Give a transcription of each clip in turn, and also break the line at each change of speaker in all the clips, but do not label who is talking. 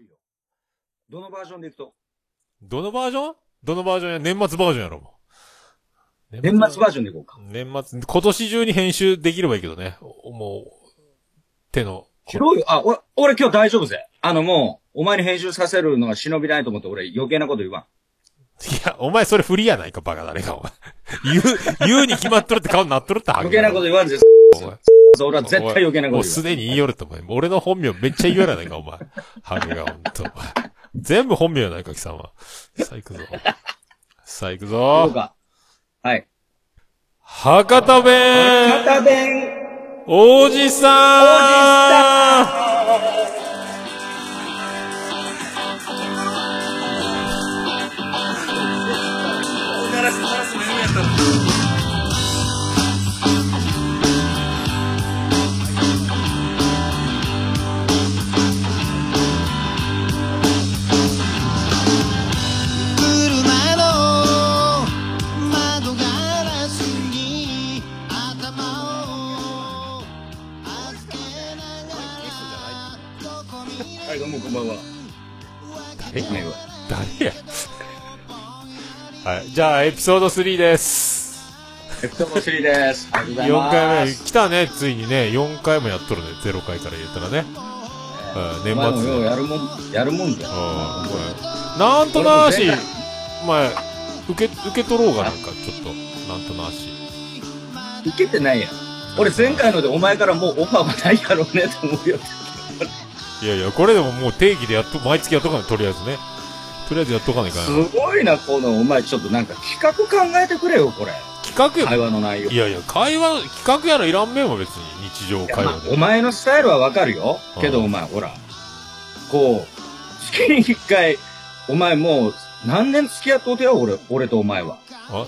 いよ。どのバージョンでいくと
どのバージョンどのバージョンや年末バージョンやろ、もう。
年末バージョンでいこうか。
年末、今年中に編集できればいいけどね。おもう、手の。
しろよ。あ、俺、俺今日大丈夫ぜ。あのもう、お前に編集させるのは忍びないと思って俺余計なこと言わん。
いや、お前それフリやないか、バカだねか、お前。 言う、言うに決まっとるって顔になっとるって、
余計なこと言わんぜ。
お前
俺は絶対余計な
も
こ
う
と
す
言
でに言いよると思う。俺の本名めっちゃ言いよるやないか、お前。ハゲが、ほんと。 全部本名やないか、貴様。さあ行くぞ。さあ行く
わん。そう
ぞ。
か。はい。
博多弁
片弁
おじさん
車の窓ガラスに頭を預けながらどこに
はい、どうもこんばんは。
え誰やはい。じゃあ、エピソード3です。
エピソード3です。ありがとうご
4
ざい
回
ま
目。
す。
来たね、ついにね。4回もやっとるね。0回から言ったらね。うん、
お前
年
も
末。
よ
う
うんやるもん、やるもんじゃん。
なんとなーし
俺も前回、
前、受け、受け取ろうがなんか、ちょっと。なんとなーし。
受けてないやん。俺前回のでお前からもうオファーはないやろうねと思うよ。
いやいや、これでももう定期でやっと、毎月やっとかない、とりあえずね。とりあえずやっとかないか
す
な。
ごいな、この、お前ちょっとなんか企画考えてくれよ、これ。
企画
会
や
話の内容。
いやいや、会話、企画やらいらんめんわ、別に。日常会
ま
話
あ
で。
お前のスタイルはわかるよ。
うん
けどお前、ほら、こう、月に一回、お前もう、何年付き合っとうてよ、俺、俺とお前は。
あ、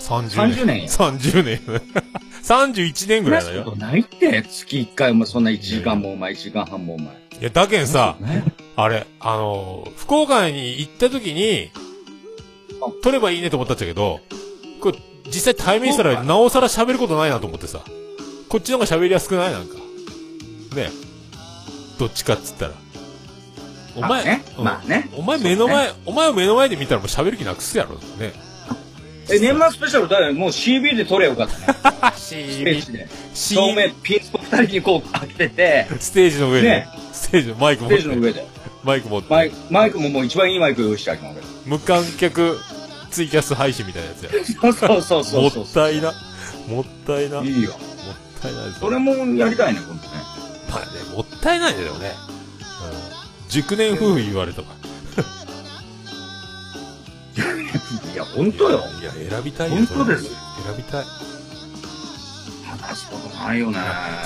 30
30年。
年や
30年。31年ぐらい
話
だ
すこと。
よ
ないって、月一回、お前、そんな1時間もお前、1時間半もお前。
いや、だけんさ、
ね
あれ、あのー、福岡に行った時に
あ、
撮ればいいねと思ったんだけど、これ、実際対面した
福
ら、
岡
なおさら喋ることないなと思ってさ。こっちの方が喋りやすくないなんか。ねどっちかっつったら。お前、
ね
うん
まあね
お前目の前、お前を目の前で見たらもう喋る気なくすやろ、ね。
え、年末スペシャルだよ、もう CB で撮れよかったね。
あ、
ステージで。
シ
照
ー
明、ピンスポ二人にこう開けてて、
ステージの上で、
ね
ステージのマイ
ス
ク持
テ
っ
ージの
て、
上で。
マイク持って、
マイマイクももう一番いいマイク用意してあげた俺。
無観客ツイキャス配信みたいなやつや。
そうそうそうそうそう。
もったいな。もったいな。もっ
いいよ。
たいないです
それもやりたいね、今度ね。
まあね、もったいないだよね。うん熟年夫婦言われたか。
いや、本当よ。
いや、いや選びたいよ。
本当です
それ選びたい。
話すことないよね。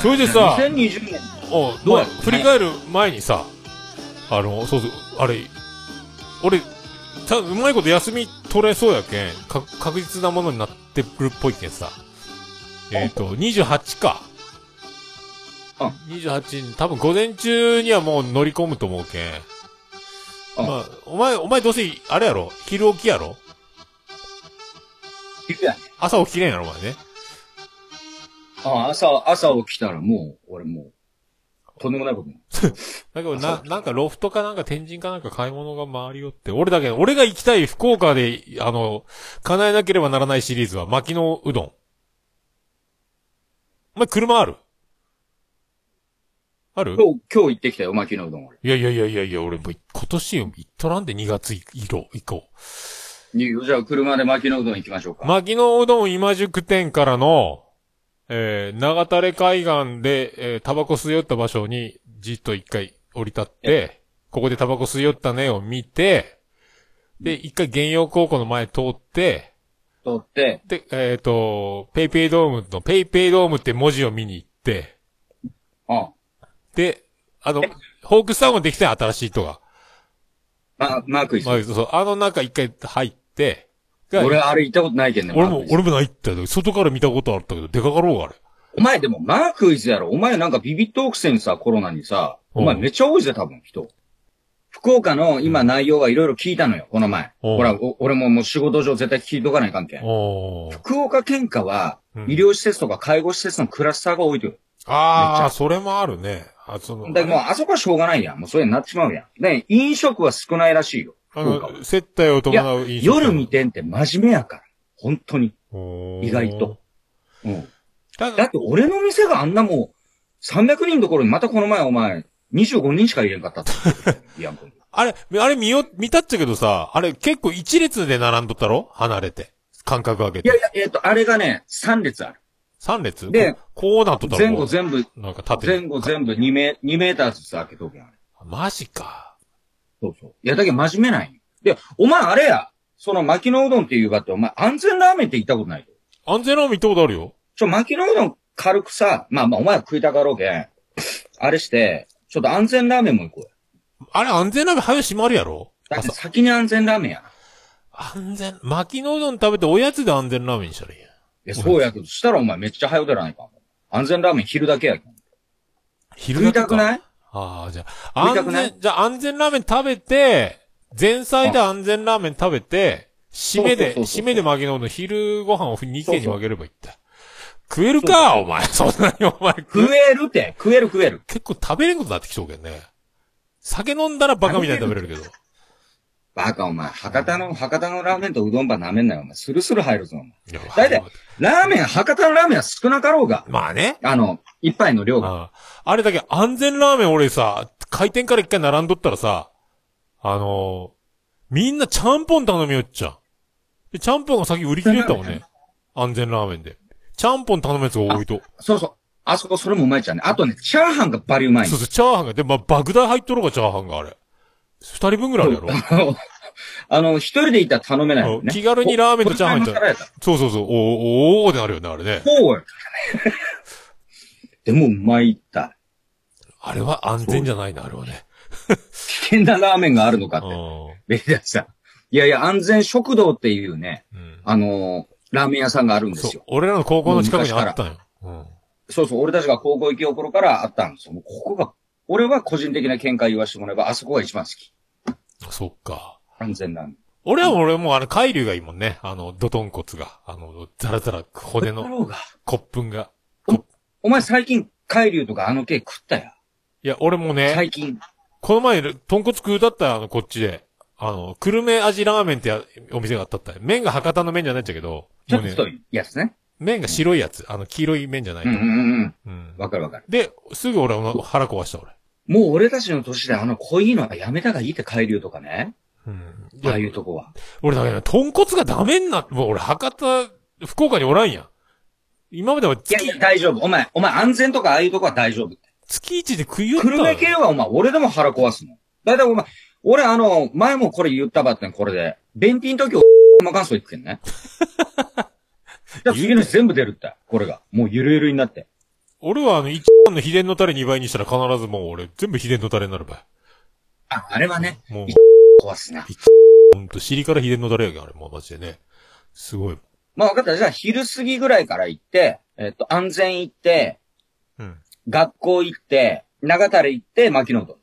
それでさ
2020年。
おう、
どうや
まあ振り返る前にさ、あの、そうそう、あれ、俺、たうまいこと休み取れそうやけん、か確実なものになってるっぽいけんさ。えっ、と、28か。
うん
28に、多分午前中にはもう乗り込むと思うけん。
うん
まあ、お前、お前どうせ、あれやろ昼起きやろ
昼やね。
朝起きれんやろ、お前ね。
あ朝、朝起きたらもう、俺もう、とんでもないことに。
だけど
あ
な
そ、う
なんかロフトかなんか天神かなんか買い物が回りよって、俺だけ、俺が行きたい福岡で、あの、叶えなければならないシリーズは、牧野うどん。お前、車あるある
今日、今日行ってきたよ、巻きのうどん俺。
いやいやいやいやいや、俺もう今年行っとらんで2月以降、以降。
いいよじゃあ車で巻きのうどん行きましょうか。
牧野うどん今宿店からの、えー、長垂れ海岸で、えー、タバコ吸い寄った場所に、じっと一回降り立って、ここでタバコ吸い寄ったねを見て、で、一回原陽高校の前通って、
とって、
で、えっ、と、ペイペイドームの、ペイペイドームって文字を見に行って、
あ
で、あの、ホークスタウンもできたよ新しい人が。
ま、マークイズ
ま。あ、そう、あの中一回入って、が
俺、あれ行ったことないけんね。
俺
マー
も
クイ、ズ
俺もないって、外から見たことあったけど、でかかろうがあれ。
お前でもマークイズやろ。お前なんかビビッとくせにさ、コロナにさ、
うん
お前めっちゃ多いぜ、多分、人。福岡の今内容がいろいろ聞いたのよ、この前。
うん
ほら、お俺ももう仕事上絶対聞いとかない関係。
おー。
福岡県下は、
うん
医療施設とか介護施設のクラスターが多いとよ。めっ
あ
ち
あ、
ゃ
それもあるね。あ、その、
だからもうあそこはしょうがないやん。もうそれになっちまうやん。ね、飲食は少ないらしいよ。
あ
福岡は
の、接待を伴う飲食
夜見てんって真面目やから。本当に。
意
意外と。。うん。
た
だって俺の店があんなもう、300人のところにまたこの前お前、25人しか入れんか ったって言ってた。いや、もう
あれ、あれ見よ、見たっちゃけどさ、あれ結構一列で並んどったろ離れて。間隔空
い
け
やい
て。
や、えっ、と、あれがね、3列ある。
三列
で
こうこうなっとったろ
前後全部、
なんか縦
前
に。
後全部2メ2メーターずつ開けとけやん。
マジか。
そうそう。いや、だけど真面目ない。いや、お前あれや、その巻きのうどんっていうかって、お前安全ラーメンって言ったことないよ。
安全ラーメン行ったことあるよ。
ちょ、巻きのうどん軽くさ、まあまあお前は食いたかろうけん。あれして、ちょっと安全ラーメンも行こうよ。
あれ安全ラーメン早う閉まるやろ
だって
朝。
先に安全ラーメンやな。
安全、巻きのうどん食べておやつで安全ラーメンにしたらいいやん。
いや、そうやけど、したらお前めっちゃ早う出らないか。安全ラーメン昼だけやけん。
昼
食いたくないい
ああ、じゃあ、
食い
安
たくない
全、じゃあ安全ラーメン食べて、前菜で安全ラーメン食べて、締めで、
そうそうそうそう
締めで巻きのうどん、昼ご飯を2軒に分ければいいって。食える
そう
か、お前。そんなにお前食う
食えるって、食える食える。
結構食べれんことになってきそうけんね。酒飲んだらバカみたいに食べれるけど。
バカお前、博多の、博多のラーメンとうどんば舐めんなよ、お前。スルスル入るぞ、お前。
いや
大体ラーメン、博多のラーメンは少なかろうが。
まあね。
あの、一杯の量が。
ああれだけ安全ラーメン俺さ、開店から一回並んどったらさ、あのーみんなちゃんぽん頼みよっちゃん。で、ちゃんぽんが先売り切れたもんね。安全ラーメンで。ちゃんぽん頼むやつが多いと。
そうそう。あそこ、それもうまいじゃんね。あとね、チャーハンがバリうまいん
そ
よ
うそう、チャーハンが。で、まあ、爆弾入っとろうが、チャーハンがあれ。二人分ぐらいあるやろ。
あの あの、一人でいたら頼めないもんね。
気軽にラーメンとチャーハン
ここれ前も皿やっ
そうそうそう。おー、おー、おーってなるよね、あれね。
たこうやからね でも、うまいった。
あれは安全じゃないな、あれはね。
危険なラーメンがあるのかって。
う
ベリダさん。いやいや、安全食堂っていうね、
ん。うん。
あのーラーメン屋さんがあるんで
そう
すよ。。
俺らの高校の近くにあったんよ。うん。
そうそう、俺たちが高校行き頃からあったんですよ。もうここが、俺は個人的な見解言わせてもらえば、あそこが一番好き。
そっか。
安全ラーメン。
俺は俺もあの、海流がいいもんね。あの、ドトンコツが。あの、ザラザラ骨
だ
の
ろうが
骨粉が。
お前最近、海流とかあの系食ったや。
いや、俺もね、
最近。
この前、豚骨食うだったら、あの、こっちで。あの、久留米味ラーメンってやお店があったったよ麺が博多の麺じゃないっちゃけど、
ちょっ
も
と
う
太
ね
いやつね。
麺が白いやつ。あの、黄色い麺じゃない
うん
と。
うんうんうん。
うん
わかるわかる。
で、すぐ俺は腹壊した、俺。
もう俺たちの年であの濃いのはやめたがいいって海流とかね。
うん。い
あ
や
あいうとこは。
俺だからね、豚骨がダメになっもう俺、博多、福岡におらんやん。今まではい月
やい、や、大丈夫。お前、お前安全とかああいうとこは大丈夫。
月一で食いよった
久留米系はお前、俺でも腹壊すもん。だいたいお前、俺あの、前もこれ言ったばってん、これで。便秘の時、おま感想言ってけんね。じゃあ次の日全部出るって、これが。もうゆるゆるになって。
俺はあの、一番の秘伝のタレ2倍にしたら必ずもう俺、全部秘伝のタレになるば
あ、あれはね、
い。もう
い、壊すな。
ほんと、尻から秘伝のタレやけん、あれ、もうマジでね。すごい。
まあ分かった。じゃあ昼過ぎぐらいから行って、えっと、安全行って、
うん。
学校行って、長垂れ行って、牧野と。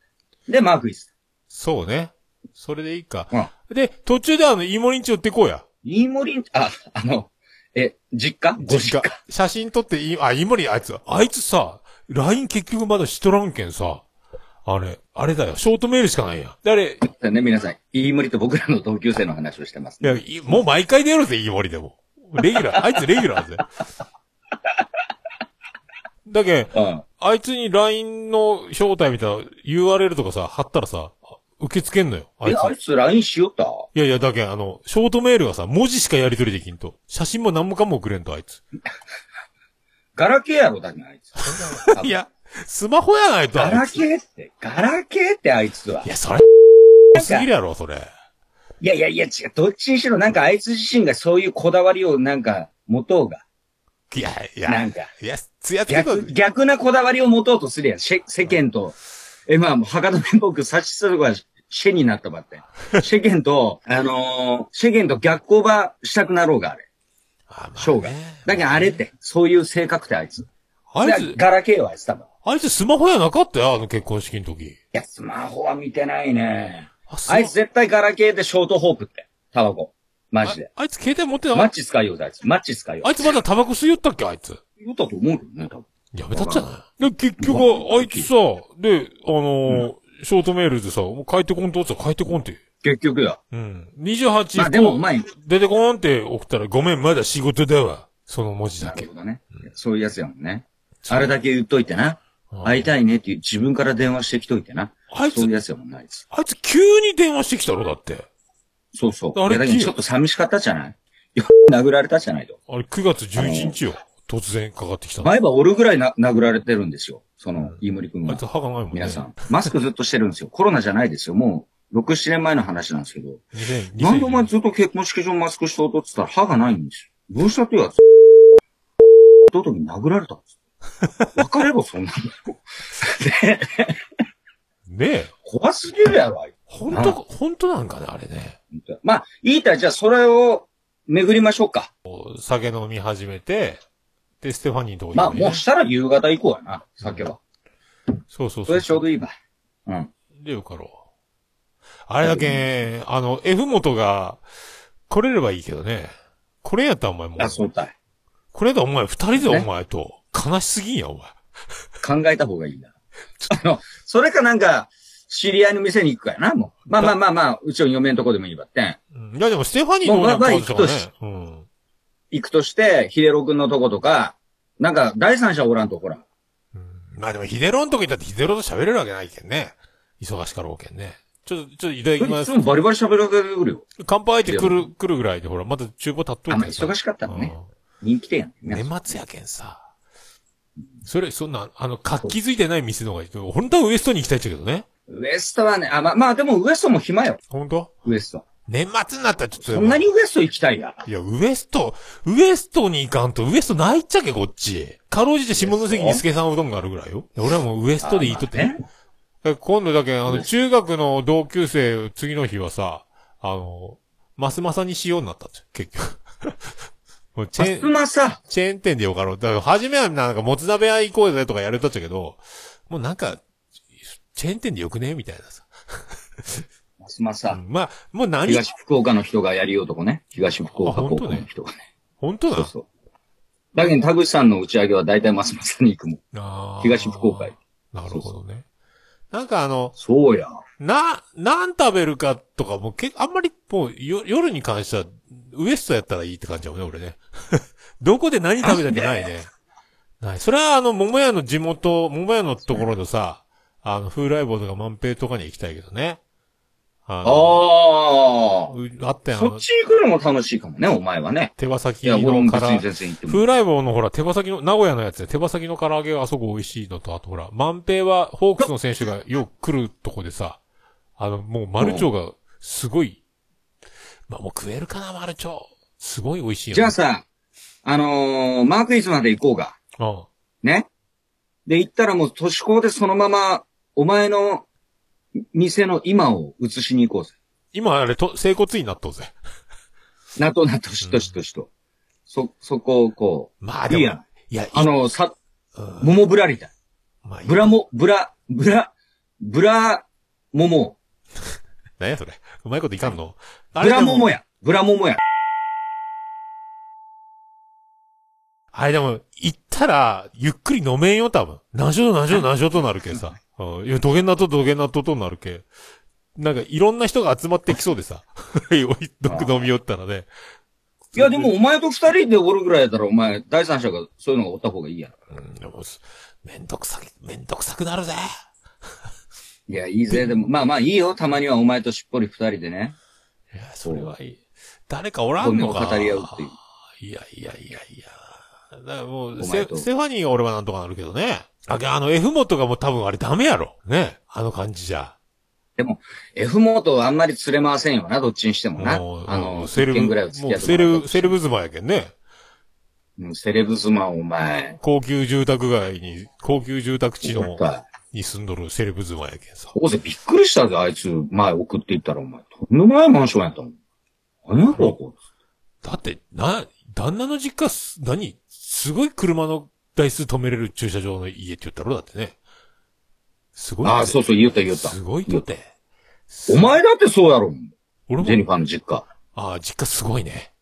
で、マークイズ。
そうね。それでいいか。で、途中であの、芋リンチ寄ってこうや。
イーモリン、あ、あの、え、実家ご実家。
写真撮ってい、あ、芋リン、あいつ、あいつさ、LINE 結局まだしとらんけんさ。あれ、あれだよ、ショートメールしかないやん。で、あれ、
だね、皆さん、イーモリと僕らの同級生の話をしてます、
いや、いもう毎回出ろぜ、いい森でも。レギュラー、あいつレギュ ラーぜ。だけん
うん。
あいつに LINE の招待みたいな URL とかさ、貼ったらさ、受け付けんのよ、あ
え、
いつ。
あいつ LINE しよった
いやいや、だけんあの、ショートメールはさ、文字しかやり取りできんと。写真も何もかも送れんと、あいつ。
ガラケーやろ、だけどあいつ。
いや、スマホやないと、
ガ
あ
ラ
いつ。
ケーって、ガラケーってあいつは。
いや、それ、すぎるやろ、それ。
いやいやいや、違う。どっちにしろ、なんかあいつ自身がそういうこだわりをなんか持とうが。
いや、い
な
や
ん、か、
いや、つやつやと、
逆、逆なこだわりを持とうとするやん。世世間と。え、まあ、もう博多弁僕、察しするのがシェになったばって。 世間と、あのー、世間と逆行ばしたくなろうが、あれ。
あまあね
生涯。だけどあれって、そういう性格ってあいつ。
あい
だ
つ、
ガラケーはあいつ多分。い
あいつスマホやなかったよ、あの結婚式の時。
や、スマホは見てないね。
あ、スマ
あいつ絶対ガラケーでショートホープって。タバコ。マジで。
ああいつ携帯持ってなか
マ
っ
ッチ使いようぜ、あいつ。マッチ使いよう。
あいつまだタバコ吸いよったっけあいつ。
言うたと思うけどね、多分。
やめたっちゃないで、結局、あいつさ、で、あのー、ショートメールでさ、もう帰ってこんとって言ったら帰ってこんって。
結局だ。
うん。28、
まあでもうまい。
出てこんって送ったら、ごめん、まだ仕事だわ。その文字だ
なる
け。
ほどね。そういうやつやもんね。あれだけ言っといてな。会いたいねっていう自分から電話してきといてな。
あい
そうい
つ
う、やつやもんな、あいつ。
あいつ急に電話してきたろ、だって。
そうそう。
あ
い
れ
やだけどちょっと寂しかったじゃないいや殴られたじゃないと。
あれ、9月11日よ。突然かかってきたの。あ
前歯折るぐらいな殴られてるんですよ。その、飯森くん
い
が
つ。歯がないもんね。
皆さん。マスクずっとしてるんですよ。コロナじゃないですよ。もう、6、7年前の話なんですけど。
2000。
なんでお前
2000
ずっと結婚式場マスクしとうとっつったら歯がないんですよ。どうしたって やつ。どとに殴られたんですよ。わかればそんなの。
ねえ。
怖すぎるやろ、あいつ
本
な
当本当なんかね、あれね。
まあ、いいたいじゃあそれを巡りましょうか。
酒飲み始めて、で、ステファニーのとこ
まあ、
行くね
もうしたら夕方以降やな、酒は。
そうそ
そ
うそう。
れちょうどいいば。うん。
でよかろう。あれだけ、あの、F 元が、来れればいいけどね。これやったらお前もう
あ、、そうだい。
これやったらお前二人
ね
でお前と、悲しすぎんやお前。
考えた方がいいな。 あの、それかなんか、知り合いの店に行くからな、もう。まあまあまあまあ、うちの嫁のとこでもいいばってん。
うんいやでもステファニーの方なんか
もうまあまあ
そうだ
行く
ね。うん。
行くとして、ヒデロ君のとことか、なんか、第三者おらんと、ほら。
まあでもヒデロのとこ行ったってヒデロと喋れるわけないけんね。忙しかろうけんね。ちょっと、ちょっといただ
そ
き
れい
ま
つ
す。
もバリバリ喋るだけでくるよ。
乾杯って来る、来るぐらいでほら、また厨房立っと
あ
る
んま
けどさ
忙しかったのね
う。ん
人気店やね。
年末やけんさ。それ、そんな、あの、活気づいてない店の方がいい。本当はウエストに行きたいっちゃけどね。
ウエストはね、あ、まあまあ、でもウエストも暇よ、
本当
ウエスト。
年末になったらちょっと。
そんなにウエスト行きたいや。
いや、ウエスト、ウエストに行かんと、ウエストないっちゃけ、こっち。かろうじて下関に助さんうどんがあるぐらいよ。俺はもうウエストでいいとって。
あまあね
だから今度だけ、あの、中学の同級生、次の日はさ、あの、ますまさにしようになったっちゃ、結局。 もうチ
ま
ェ
す
ーン、
まさ、
チェーン店でよかろう。だから、初めはなんか、もつ鍋屋行こうぜとかやれたっちゃけど、もうなんか、チェーン店でよくねみたいなさ。
ますま
う
さ、
んまあ、もう何、
東福岡の人がやりようとこね。東福岡
あ
高
本
校
当ね
の人がね。
本当だ
そうそう。だけど、田口さんの打ち上げは大体ますますに行くもん。
あー
東福岡へ。
なるほどね。なんかあの、
そうや。
な、何食べるかとかもう結構あんまりもうよ夜に関してはウエストやったらいいって感じだもんね、俺ね。 どこで何食べたってないね。ない。それはあの、桃屋の地元、桃屋のところのさ、あの、風来坊とか万平とかには行きたいけどね。あ
ああ。
うあったやんあ
そ
の
っ、ち行くのも楽しいかもね、お前はね。
手羽先
いや、俺
の
も
か
別
ら
に。全然行っても。
風来坊のほら、手羽先の、名古屋のやつで手羽先の唐揚げがあそこ美味しいのと、あとほら、万平はホークスの選手がよく来るとこでさ、あの、もう丸腸がすごい、まあもう食えるかな、丸腸。すごい美味しいよ、ね。
じゃあさ、あのー、マークイズまで行こうが。
うん。
ね。で、行ったらもう都市高でそのまま、お前の店の今を映しに行こうぜ。
今あれと、整骨院になっとうぜ。
なとなとしとしとしと。そ、そこをこ
まあ
う。
で
い
も、
いやん。
いや、い
あの、さ、
うん
桃ぶらりだ。
まあいい
ブラも、ブラ、ブラ、ブラ、桃。
何やそれ。うまいこといかんのあ
ブ
れで
ラ
も
桃、や。ブラ桃や。
あれでも、行ったら、ゆっくり飲めんよ、多分。何しようと何しようと何しようとなる けさ。うん。いや、土下なと土下なととなるけ。なんか、いろんな人が集まってきそう でさ。おい、毒飲みよったらね。
いや、でもお前と二人でおるぐらいやったら、お前、第三者がそういうのがおった方がいいやん。
うん、でも、めんどくさく、めんどくさくなるぜ。
いや、いいぜ。でも、まあまあいいよ。たまにはお前としっぽり二人でね。
いや、それはいい。誰かおら
本
ん
音を
のか。
語り合うっていう。
いやいやいやいや。だからもう、
お
セ
前
フ
と
ァニーは俺はなんとかなるけどね。あ、あの、F モとかも多分あれダメやろ。ね。あの感じじゃ。
でも、F モートはあんまり連れ回せんよな、どっちにしてもな。あ
もう
の、
セレ
10
ブ、
件ぐらいは付き
も
合
う
って
セレ
もらっ
ブ、
た
セレブ妻やけんね。
うんセレブ妻、お前。
高級住宅街に、高級住宅地
や
の
っ、ぱ
に住んどるセレブ妻やけんさ。
ここでびっくりしたぜ、あいつ、前送っていったら、お前。とんでもないマンションやったもん。何やろ、こ
だって、な、旦那の実家す、何すごい車の台数止めれる駐車場の家って言ったろだってね。すごい
れ
とて
ああ、そうそう、言った言った。
すごいとて。
お前だってそうやろ。
俺
ジェニフ
も、
ァーの実家。
ああ、実家すごいね。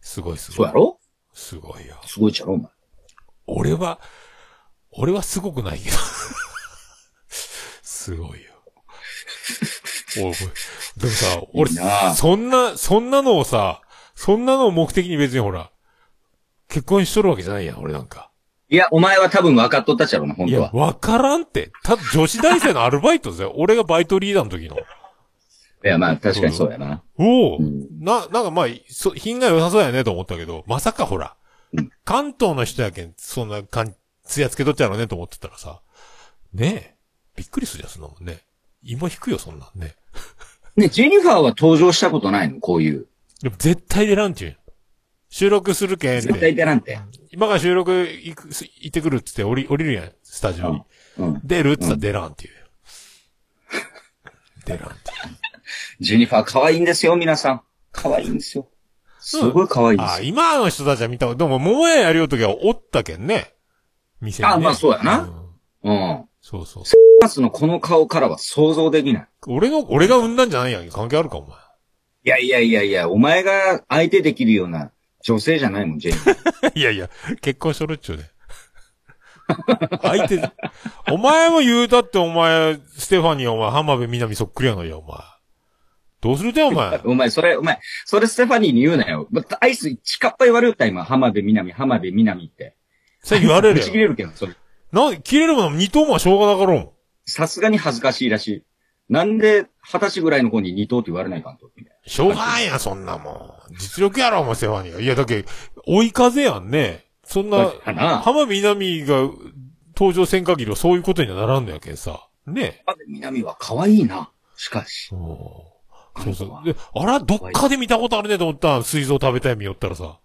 すごいすごい。
そうやろ
すごいよ。
すごいじゃろ、お前。
俺は、俺はすごくないけど。すごいよ。おいおい。でもさ、俺
いいな、あ
そんな、そんなのをさ、そんなのを目的に別にほら、結婚しとるわけじゃないやん、俺なんか。
いや、お前は多分分かっとったちゃろうな、本
い
当
や、
は。
わからんって。た、女子大生のアルバイトだよ。俺がバイトリーダーの時の。
いや、まあ、確かにそうやな。
おお、
うん
な、なんかまあ、そ、品が良さそうやねと思ったけど、まさかほら、関東の人やけん、そんな感じ、つやつけとっちゃうのねと思ってたらさ、ねえ、びっくりするやつなもんね。今引くよ、そんなんね。
ね、ジェニファーは登場したことないのこういう。
でも絶対出らんちゅうん。収録するけんっ
絶対
て、
出らんて。
今から収録行く、す行ってくるっつって降り、降りるやん、スタジオに。
うん。
出るっつったら出らんっていう。出らんっていう。
ジェニファー可愛いんですよ、皆さん。可愛いんですよ。すごい可愛いんで
あ
すよ。
今の人たちは見たでも、桃屋やりようときはおったけんね。店に、ね。
あまあそうやなんうん。
そうそうそう。
マスのこの顔からは想像できない。
俺の、俺が産んだんじゃないやん。関係あるか、お前。
いやいやいやいや、お前が相手できるような女性じゃないもん、ジェニファー。
いやいや、結婚しとるっちゅうね。 相手、お前も言うたってお前、ステファニーお前、浜辺美波そっくりやのよ、お前。どうするだよ、お 前。
お前、それ、お前、それステファニーに言うなよ。まアイス、ちかっぱ言われるった、今。浜辺美波、浜辺美波って。
それ言われる
ぶち切
よ。
れるけど、それ。
なん、切れるもの、二頭もはしょうがなかろう。
さすがに恥ずかしいらしい。なんで、二十歳ぐらいの子に二頭って言われないかんと。
しょうがないやん、そんなもん。実力やろ、お前、ステファニーは。いや、だけ、追い風やんね。そんな、
かな
浜辺美波が登場せん限りはそういうことにはならんのやけんさ。ねえ。
浜辺美波は可愛いな。しかし。
そうそうそう。で、あら、どっかで見たことあるねと思ったん水槽食べたい見よったらさ。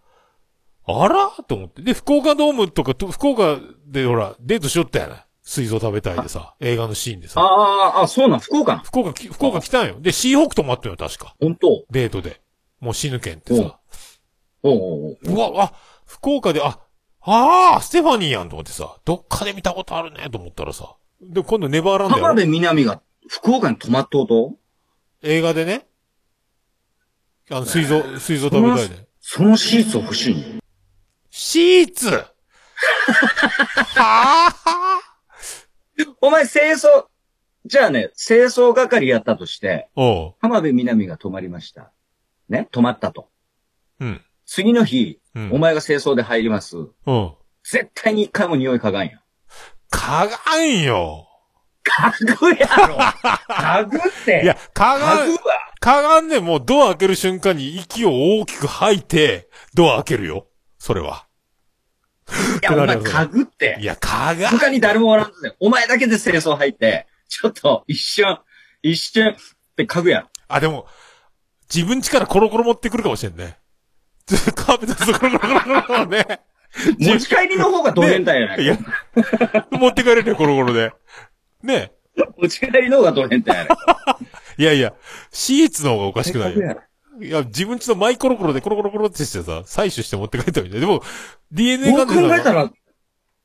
あらと思って。で、福岡ドームとか、と福岡でほら、デートしよったやな。水槽食べたいでさ、映画のシーンでさ。
ああ、あ、そうなん、福岡なん。
福岡き、福岡来たんよ。で、シーホークともあったよ、確か。
本当
デートで。もう死ぬけんってさ。
おうおうおう
うわ、あ、福岡で、あ、ああ、ステファニーやんと思ってさ、どっかで見たことあるねと思ったらさ。で、今度ネバーランド
浜
やろ
辺美波が福岡に泊まっとうと
映画でね。あの、水槽、水槽食べたいで。
そのシーツを欲しいの
シーツはあはあ
お前、清掃、じゃあね、清掃係やったとして、
おう。
浜辺美波が泊まりました。ね、泊まったと。
うん。
次の日、
うん
お前が清掃で入ります。
うん。
絶対に一回も匂い嗅がん や。
かがんよ。
嗅ぐやろ嗅ぐって
いや、かが
嗅
ん
ぐ、わ
かがんでもうドア開ける瞬間に息を大きく吐いて、ドア開けるよ。それは。
いや、お前嗅ぐって
い。や、かがん。
他に誰もおらんとね、お前だけで清掃入って、ちょっと一瞬、一瞬って嗅ぐ やろ。
あ、でも、自分家からコロコロ持ってくるかもしれんね。ずっとカーペットずっとコロコロコロコロね。
持ち帰りの方がド変態やない
い
か。
や、持って帰れるよ、コロコロで。ね
持ち帰りの方がド変態やないか。
いやいや、シーツの方がおかしくない
嗅ぐ
よ
や。ろ
いや、自分ちのマイコロコロでコロコロコロってしてさ、採取して持って帰ったみたい。でも、DNA
こう
鑑定
考えた
ら。
ら、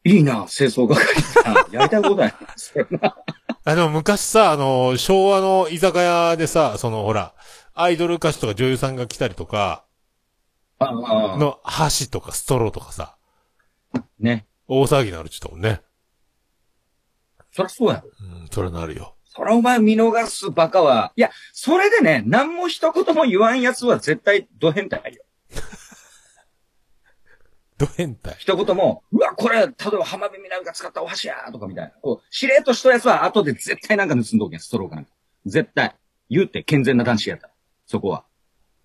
いいな、清掃係さん。やりたいことだ よ。それな
あの、昔さ、あの、昭和の居酒屋でさ、その、ほら、アイドル歌手とか女優さんが来たりとか、
ああああ、
の、箸とかストローとかさ、
ね。
大騒ぎになるっちゅったもんね。
そりゃそうやろ。
うん、それなるよ。
そりゃお前見逃すバカは。いや、それでね、何も一言も言わんやつは絶対ド変態よ。
ド変態。
一言も、うわ、これ、例えば浜辺美波が使ったお箸やとかみたいな。こう、しれっとしたやつは後で絶対なんか盗んどけん、ストローかなんか。絶対。言うて健全な男子やった。そこは。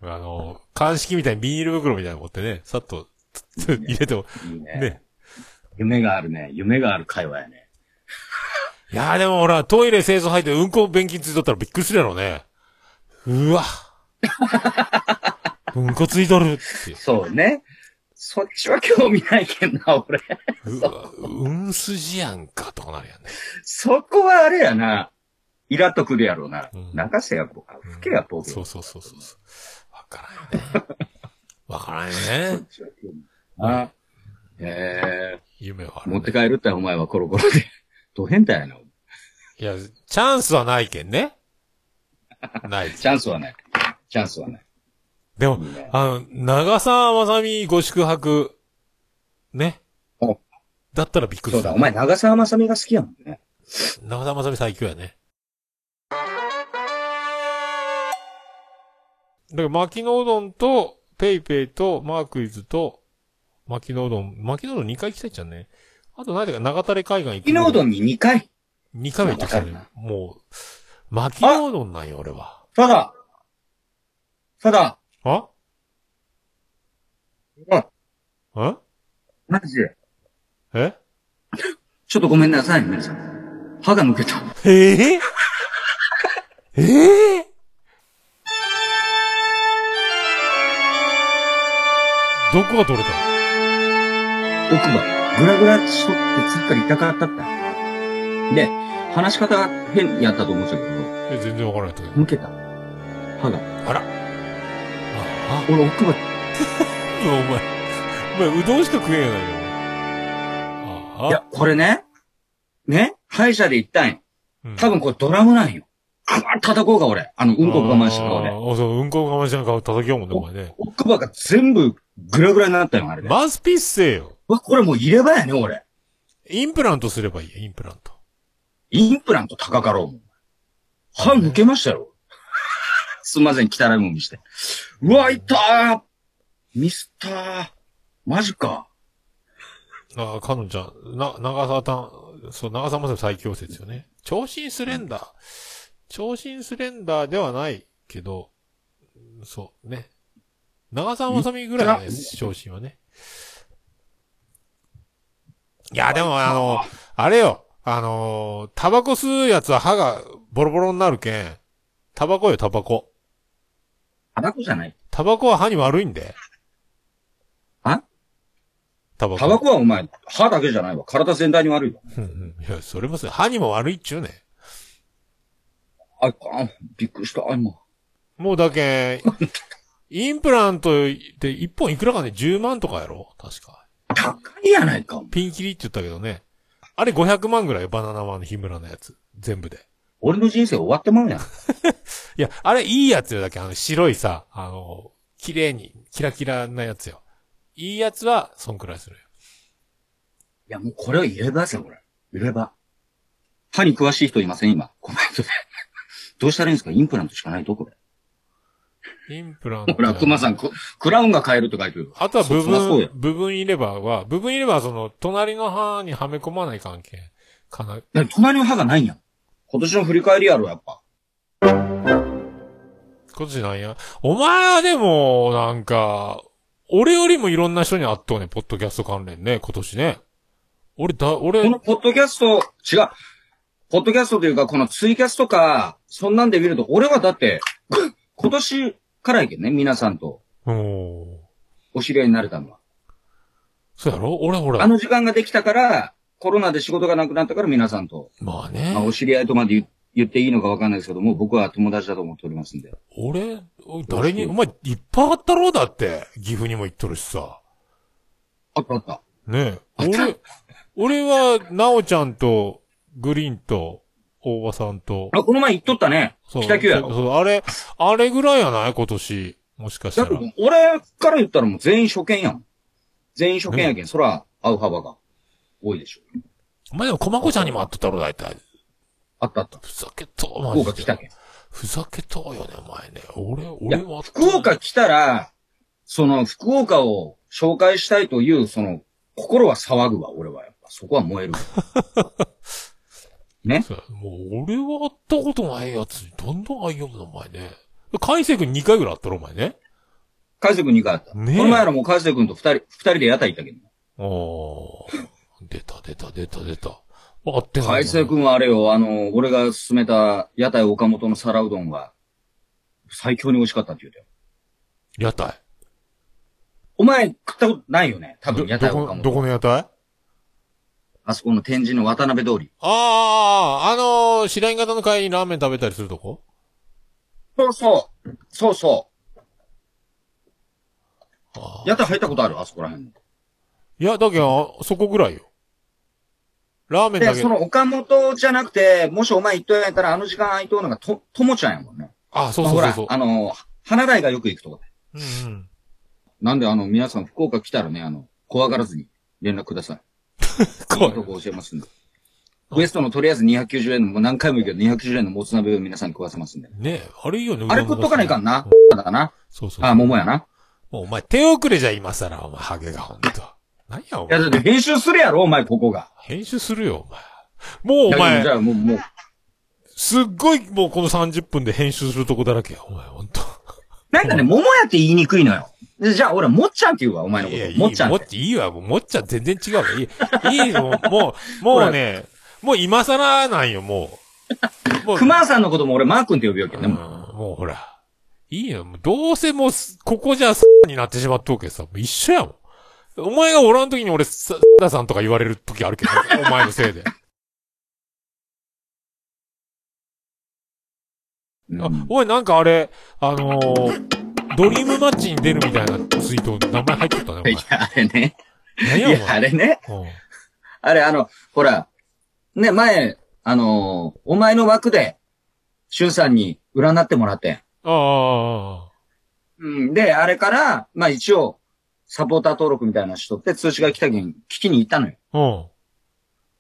あの、鑑識みたいにビニール袋みたいなの持ってね、さっと、つつ入れても、
いいね。
ね。
夢があるね。夢がある会話やね。
いやーでもほら、トイレ清掃入ってうんこ便器ついとったらびっくりするやろうね。うわ。 うんこついとるって。
そうね。そっちは興味ないけんな、俺。
うわ、うんすじやんか、とかなるやんね。
そこはあれやな。イラっとくるやろうな。
うん
中瀬やこ、吹けやこ。
そ
そう
そうそうそうそう。わからんよね。わからんよね
っ。ちは興味ない。あ、え
夢はあ
ー、
る、
持って
ね。
帰るってお前はコロコロで。ど変態やな。
いや、チャンスはないけんね。ない。
チャンスはない。チャンスはない。
でも
いいね、
あの、長澤まさみご宿泊、ね。
お
だったらびっくり
そう
する
だ、お。前長澤まさみが好きやもんね。
長澤まさみ最強やね。だから、巻きのうどんと、ペイペイと、マークイズと、巻きのうどん、巻きのうどん2回行きたいじゃんね。あと何でか、長垂海岸行く。
沖縄うどんに2回。
2回目行ってきたね
わか。
もう、巻きのうどんなんよ、俺は。
ただ、ただ、
あ
うん
え
マジで、
え
ちょっとごめんなさい、皆さん。歯が抜けた。
ええええどこが取れたの
奥歯、ぐらぐらしとってつっかり痛かったった。で、話し方変やったと思うんですけど、
え、全然わからないけど。
抜けた。歯が。
あら。あ、
俺奥歯、
あ、お前、お前、うどんしか食えんやないよ。あ
いや、これね、ね、歯医者で行ったんよ。
あ、
多分これドラムなんよ。あ叩こうか、俺。あの、
う
うんこ我慢した顔
ね。
で
あ。ーそう、うんこ我慢しな顔叩きようもんね、お前ね。
奥歯が全部ぐらぐらになったよ、あれで。
マウスピースせえよ。
うわ、これもう入れ歯やね、俺。
インプラントすればいいや、インプラント。
インプラント高かろうもん。歯抜けましたよ。 すんません、汚いもん見して。うわ、いたーミスター。マジか。
ああ、かのんちゃん、な、長澤たん、そう、長澤まさみ最強説よね。超新スレンダー。超新スレンダーではないけど、そう、ね。長澤まさみぐらい
めっ
です、
ち
超新はね。いや、でもあの、あれよ、あのー、タバコ吸うやつは歯がボロボロになるけん、タバコよ、タバコ。
タバコじゃない。
タバコは歯に悪いんで。
あ
タバコ。
タバコはお前、歯だけじゃないわ。体全体に悪いわ。
うんうんいや、それもそう歯にも悪いっちゅうね。
あ、あびっくりした、今。
もうだけん、インプラントで一本いくらかね、10万とかやろ確か。
高いやないか。
ピンキリって言ったけどね。あれ500万ぐらいよ、バナナマンの日村のやつ。全部で。
俺の人生終わってまうやん。
いや、あれいいやつよ、だけんあの白いさ、あの、綺麗に、キラキラなやつよ。いいやつは、そんくらいするよ。
いや、もうこれは入れ歯ですよ、これ。入れ歯。歯に詳しい人いません、今。コメントで。どうしたらいいんですかインプラントしかないとこれ。
インプラント。
ほら、熊さん、ククラウンが買えるって書いてる。
あとは部
そりゃそう
分
や、
部分入れ歯は、部分入れ歯はその、隣の歯にはめ込まない関係。かな、
だから隣の歯がないんやん。今年の振り返りやろ、やっぱ。
今年なんや。お前はでも、なんか、俺よりもいろんな人に会っとうね、ポッドキャスト関連ね、今年ね。俺だ、俺、
このポッドキャスト、違う。ポッドキャストというか、このツイキャスとか、そんなんで見ると、俺はだって、 今年からやけんね、皆さんと
うん。
お知り合いになれたのは。
そうやろ俺ほ
あ
ら、
の時間ができたから、コロナで仕事がなくなったから皆さんと、
まあ
まあ、
ね、
お知り合いとまで言言っていいのかわかんないですけども、僕は友達だと思っておりますんで。
俺、誰に、お前、いっぱいあったろうだって、岐阜にも行っとるしさ。
あったあった。
ね
あった
俺、俺は、なおちゃんと、グリーンと、大場さんと、
あ、この前言っとったね。北九や
そう
ろ。
そう、あれ、あれぐらいやない今年。もしかし
だ
た
って
ら。
俺から言ったらもう全員初見やん。全員初見やけん、そら、合う幅が多いでしょ。
お前でも、コマコちゃんにも会っとったろ、大体。
あったあった。
ふざけと、マ
福
ジ
岡
で。
来たけん。
ふざけとうよね、お前ね。俺、
いや
俺は。
福岡来たら、その福岡を紹介したいという、その、心は騒ぐわ、俺はやっぱ。そこは燃えるわ。ね
そうもう、俺は会ったことないやつにどんどん会いよるの、お前ね。海星君2回ぐらい会ったろ、お前ね。
海瀬くん2回あった。
ねえ
この前らも海瀬くんと2人、二人で屋台行ったけど。
おー。出た、出た、出た、出た。会ってない。
海瀬く
ん。
んはあれよ、あの、俺が勧めた屋台岡本の皿うどんは、最強に美味しかったって言うたよ。
屋台。
お前食ったことないよね多
ど、
分屋
ど
台岡
こ、ど
本。
この屋台
あそこの天神の渡辺通り。
あー、あのー、白井型の会にラーメン食べたりするとこ
そうそう。そうそ
あ
う。
ー
屋台入ったことあるあそこら辺。
いや、だけど、あそこぐらいよ。ラーメンだ
で、
け
そ。の岡本じゃなくて、もしお前行っとやんやったら、あの時間空いとうのがと、ともちゃんやもんね。
あ、そうそうそうそう
ほら、あ。の、花台がよく行くとこだ。
うんうん。
なんであの、皆さん福岡来たらね、あの、怖がらずに連絡ください。いいとこ教えますんで。ウエストのとりあえず290円の、もう何回も言うけど、290円のもつ鍋を皆さんに食わせますんで。
ねえ、あれいいよね。
あれ食っとかないかん
な。
な。だからな。
そうそう。
あ、桃やな。
もうお前手遅れじゃ今更、お前、ハゲがほんと。何や、お
いや、
前。
だって編集するやろ、お前、ここが。
編集するよ、お前。もうお
いやじ
前、
ゃあ、もう、もう。
すっごいもうこの30分で編集するとこだらけや、お前、ほんと。
なんかね、桃やって言いにくいのよ。でじゃあ、俺、もっちゃんって言うわ、お前のこ
いや、い
と。
い、
もっちゃん
も
っ。
ってちいいわ、もう、もっちゃん全然違うわ。いい、いいよ、もう、もうね、もう今更なんよ、もう。もう、
熊さんのことも俺、マー君って呼ぶよけど
う
ね。
ん
もう
もうほら。いいよ、もうどうせもうす、ここじゃ、さになってしまっとうけどさ、もう一緒やもん。お前がおらん時に俺、さ、ださんとか言われる時あるけど、お前のせいで。
う
あ
ん、
おい、なんかあれ、あのー、ドリームマッチに出るみたいなツイート、名前入っとったね、お前
いや、あれね。。い
何や、お
や、あ
前。
れね。
うん
あれ、あの、ほら、ね、前、あのーお前の枠で、しゅんさんに占ってもらってん。
ああ、
うん。で、あれから、まあ一応、サポーター登録みたいなのしとって、通知が来た時に聞きに行ったのよ。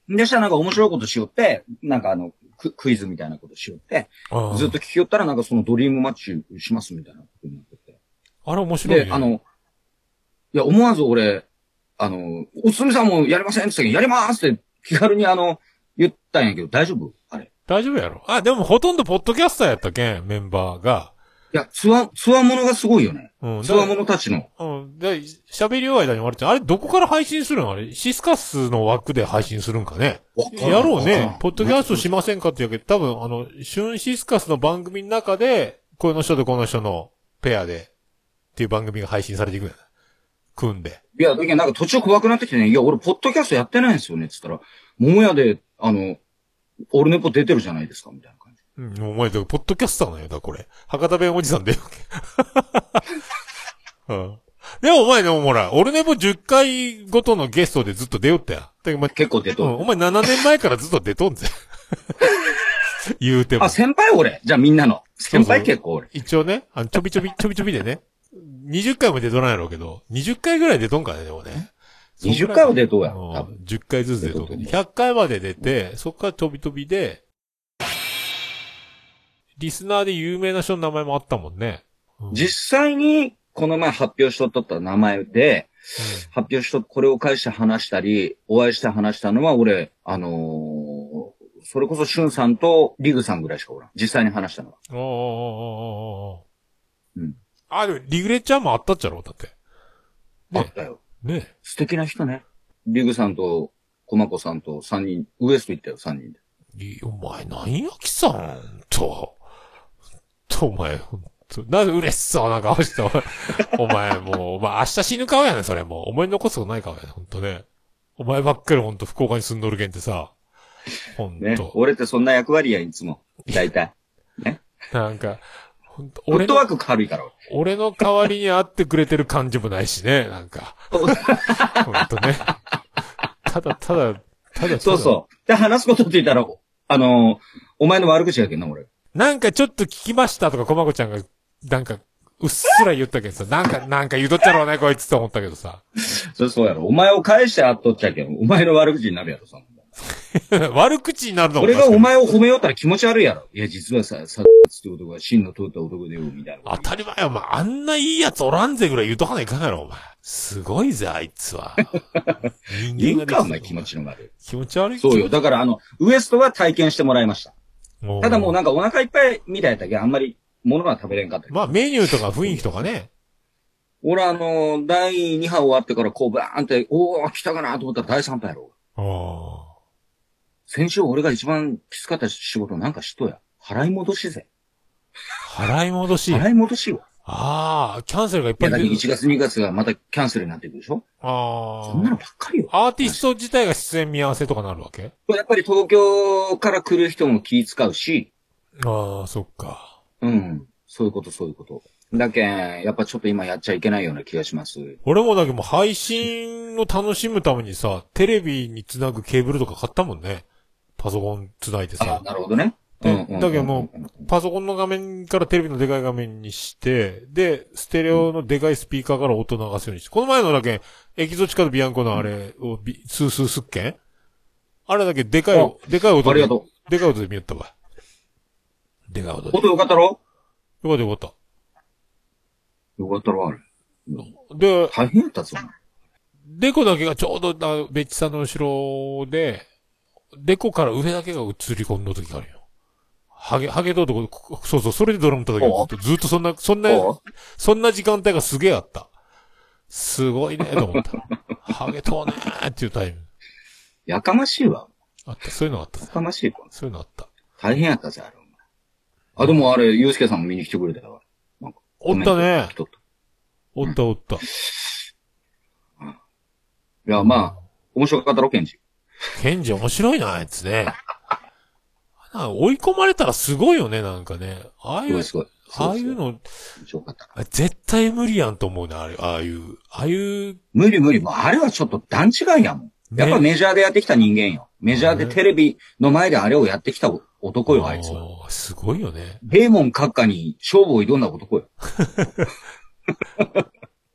うん。
でしたらなんか面白いことしよって、なんかあの、ククイズみたいなことしよって、
あ
ずっと聞きよったらなんかそのドリームマッチしますみたいなことになってて。
あれ面白い、ね。
で、あ、の、いや、思わず俺、あの、おつみさんもやりませんって言ったけど、やりますって気軽にあの、言ったんやけど、大丈夫あれ。
大丈夫やろ。あ、でもほとんどポッドキャスターやったけん、メンバーが。
いや、つわ、つわものがすごいよね。
うん。
つわものたちの。
の。うん。で、喋り終わりだにまるちゃん。あれ、どこから配信するのあれ、シスカスの枠で配信するんかね。やろうね。ポッドキャストしませんかって言うけど、多分、あの、シュンシスカスの番組の中で、この人とこの人のペアで、っていう番組が配信されていくんや組んで。
いや、だけどなんか途中怖くなってきてね、いや、俺、ポッドキャストやってないんですよね、っつったら、桃屋で、あの、オルネポ出てるじゃないですか、みたいな感じ。
うん、お前、だからポッドキャスターなんやだ、これ。博多弁おじさんだよ。 うん。でもお前でもほら、俺ねも10回ごとのゲストでずっと出よったやん。だけどお前
結構出
うん
とる。
お前7年前からずっと出とんぜ。 言うても
あ、。先輩俺。じゃあみんなの。
うそう
先輩結構俺。
一応ね、あの、ちょびちょび、ちょびちょびでね。20回も出とらんやろうけど、20回ぐらい出とんからね、でもね。
20回は出とうや
う
ろ
ん、
多分。
10回ずつ出とんけど
出とる
100回まで出て、そっから飛び飛びで、リスナーで有名な人の名前もあったもんね。うん
実際に、この前発表しとっとった名前で、
う
発表しと、これを返して話したり、お会いして話したのは俺、あのーそれこそしゅんさんとリグさんぐらいしかおらん。実際に話したのは。
んおーおーおーおーおーおー
うん
あ、でも、リグレちゃんもあったっちゃろだって。
あ
ね
ったよ。
ね
素敵な人ね。リグさんと、コマコさんと3人、ウエスト行ったよ、3人で。
いお前、なんやきさんと。と、お前、ほんと。なんで嬉しそうな顔して、お前、お前もう、お前明日死ぬ顔やねん、それもう。お前に残すことない顔やねん、ほんとね。お前ばっかりほんと福岡に住んどるけんってさ。ほんと。
ね。俺ってそんな役割やん、いつも。大体。
なんか、ほんと、
フッ
俺
ト
の
ワ、ーク軽いから。 俺
俺の代わりに会ってくれてる感じもないしね、なんか。ほんとね。ただ、ただ、ただ、
そうそう。で、話すことって言ったら、あのーお前の悪口やけんな、俺。
う。なんかちょっと聞きましたとか、こまこちゃんが、なんか、うっすら言ったけどさ、なんか、なんか言うとっちゃろうね、こいつと思ったけどさ。
そうそうやろ。お前を返してあっとっちゃけん。お前の悪口になるやろ、そんなもん
悪口になるのも
俺がお
確かに
前を褒めよったら気持ち悪いやろ。いや、実はさ、さ、って男が真の通った男でよ、みたいな。
当たり前よ、お前。あんないいやつおらんぜぐらい言うとかないかんやろ、お前。すごいぜ、あい つは。人
言
間
う
がで
か、
き
お前気持ちの悪い。
気持ち悪い。
そうよ。だから、あの、ウエストは体験してもらいました。
もう
ただもうなんかお腹いっぱいみたいだったけど、あんまり物が食べれんかったけど。
まあ、メニューとか雰囲気とかね。
俺あのー、第2波終わってからこうバーンって、おー、来たかなと思ったら第3波やろ。
あ
先週俺が一番きつかった仕事なんかしとや。払い戻しぜ。
あ。払い戻し。
払い戻しよ。
ああ、キャンセルがいっ
い
ぱ
や、
い
だ
出
け
て
ど
る。
1月2月がまたキャンセルになっていくでしょ
あ
そんなのばっかりよ。
あ。アーティスト自体が出演見合わせとかなるわけ
やっぱり東京から来る人も気使うし、
ああ、そっか。
うん。そういうこと、そういうこと。だけん、やっぱちょっと今やっちゃいけないような気がします。
俺もだけどもう配信を楽しむためにさ、テレビにつなぐケーブルとか買ったもんね。パソコンつないで
あ
さ
あ、。なるほどね。
で、
うんうんうん
だけどもう、パソコンの画面からテレビのでかい画面にして、で、ステレオのでかいスピーカーから音流すようにして、この前のだけ、エキゾチカとビアンコのあれをビ、スースースッケンあれだけでか
あ
い、でかい音で。
ありがと
でかい音で見よったわ。でかい音で。よ
音よかったろ
かったよかった。
よかったろ、あれ。
で、
大変だったぞ。
デコだけがちょうど、あベッチさんの後ろで、デコから上だけが映り込んだ時があるよ。ハゲ、ハゲとここそうそう、それでドラム叩き
お
ずっと、ずっとそんな、そんな、
お
そんな時間帯がすげえあった。すごいね、と思った。ハゲとうねーっていうタイム。
やかましいわ。
あった、そういうのがあった
や。かましいわ。
そういうのあった。
大変やったぜ、あれ。お前あ、でもあれ、ゆうすけさんも見に来てくれたよ。
おっ
コ
たね
メント来。とった
おったおった。
いや、まあ、面白かったろ、ケンジ。
ケンジ面白いな、あいつね。なんか追い込まれたらすごいよね、なんかね。ああい
すご
う
い、、すごい。
ああいうの、
面白かった。
あ絶対無理やんと思うね、あれ、ああいう、ああいう、
無理無理。もうあれはちょっと段違いやもん。やっぱ
ね、
メジャーでやってきた人間よ。メジャーでテレビの前であれをやってきた男よ、あいつは。
あーすごいよね。
デーモン閣下に勝負を挑んだ男よ。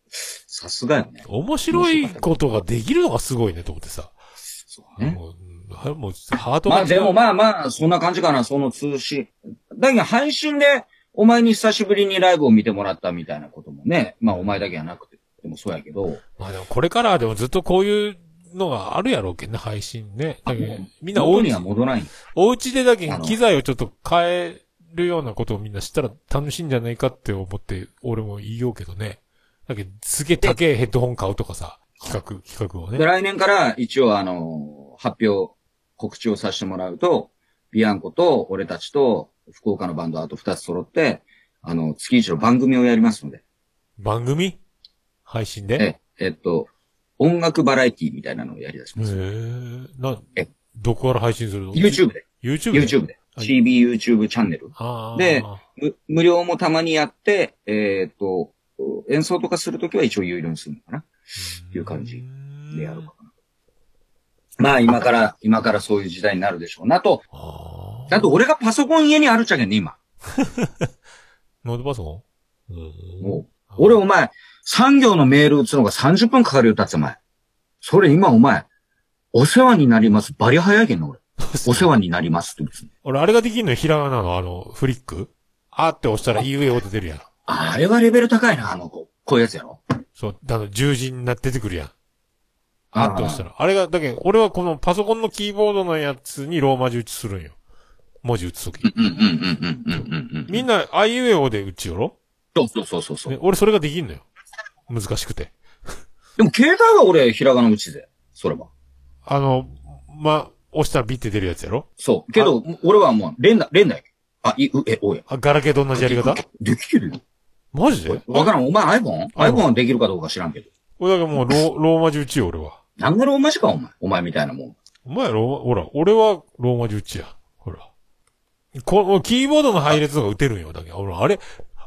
さすがよね。
面白いことができるのがすごいね、と思ってさ。
そうね。
もう、あれもう、ハートが
まあでもまあまあ、そんな感じかな、その通信。だけど配信で、お前に久しぶりにライブを見てもらったみたいなこともね、まあお前だけじゃなくて、でもそうやけど、
まあでもこれからはでもずっとこういうのがあるやろうけんね、配信ね。だけど
もう
みんなお
元
う
に
ち
は、戻らない。
おうちでだけ
あの
機材をちょっと変えるようなことをみんなしたら楽しいんじゃないかって思って、俺も言いようけどね。だけど、すげえ高えヘッドホン買うとかさ、企画、企画を
で、
ね。
来年から一応あの、発表、告知をさせてもらうと、ビアンコと俺たちと福岡のバンドあと二つ揃って、あの、月一の番組をやりますので、
番組配信で
え、えっと、音楽バラエティみたいなのをやりだし
へえ
ます。
な
え、
どこから配信するの
YouTube で、
YouTube で。
YouTube で、
はい
CB YouTube チャンネル。
ああ。
でむ無料もたまにやって、えーっと、演奏とかするときは一応有料にするのかなっていう感じでやろうかな。まあ今から、今からそういう時代になるでしょうなと。
ああ。
あと俺がパソコン家にあるっちゃけんね、今。
ノートパソコンうん
もう。俺お前、産業のメール打つのが30分かかるよ、だってお前。それ今お前、お世話になります。バリ早いけんの俺。お世話になりますって打つの
俺、あれができんのよひらがなの、あの、フリックあーって押したら、いうえおって出るやん。
あれはレベル高いな、あの子。こういうやつやろ。
そう、あの、十字になって出てくるやん。あ
あ
ーって押したら。あれが、だけど、俺はこのパソコンのキーボードのやつにローマ字打ちするんよ。文字打つとき。
うんうんうんうんうんうんうん。
みんな、あいうえおで打ちよろ
そうそうそうそうそう
ね。俺、それができんのよ。難しくて。
でも携帯は俺、ひらがな打ちで。それは。
あの、ま、押したらビって出るやつやろ
そう。けど、俺はもう、連打、連打やけんあ、い、う、え、おや。
あ、ガラケーと同じやり方
できてるよ。
マジで
わからん。お前 iPhone?iPhone はできるかどうか知らんけど。
俺だけもうロー、ローマ字打ちよ、俺は。
なんでローマ字か、お前。お前みたいなもん。
お前ローマ、ほら、俺はローマ字打ちや。ほら。この、キーボードの配列の方が打てるんよ、だけど。ほら、あれ、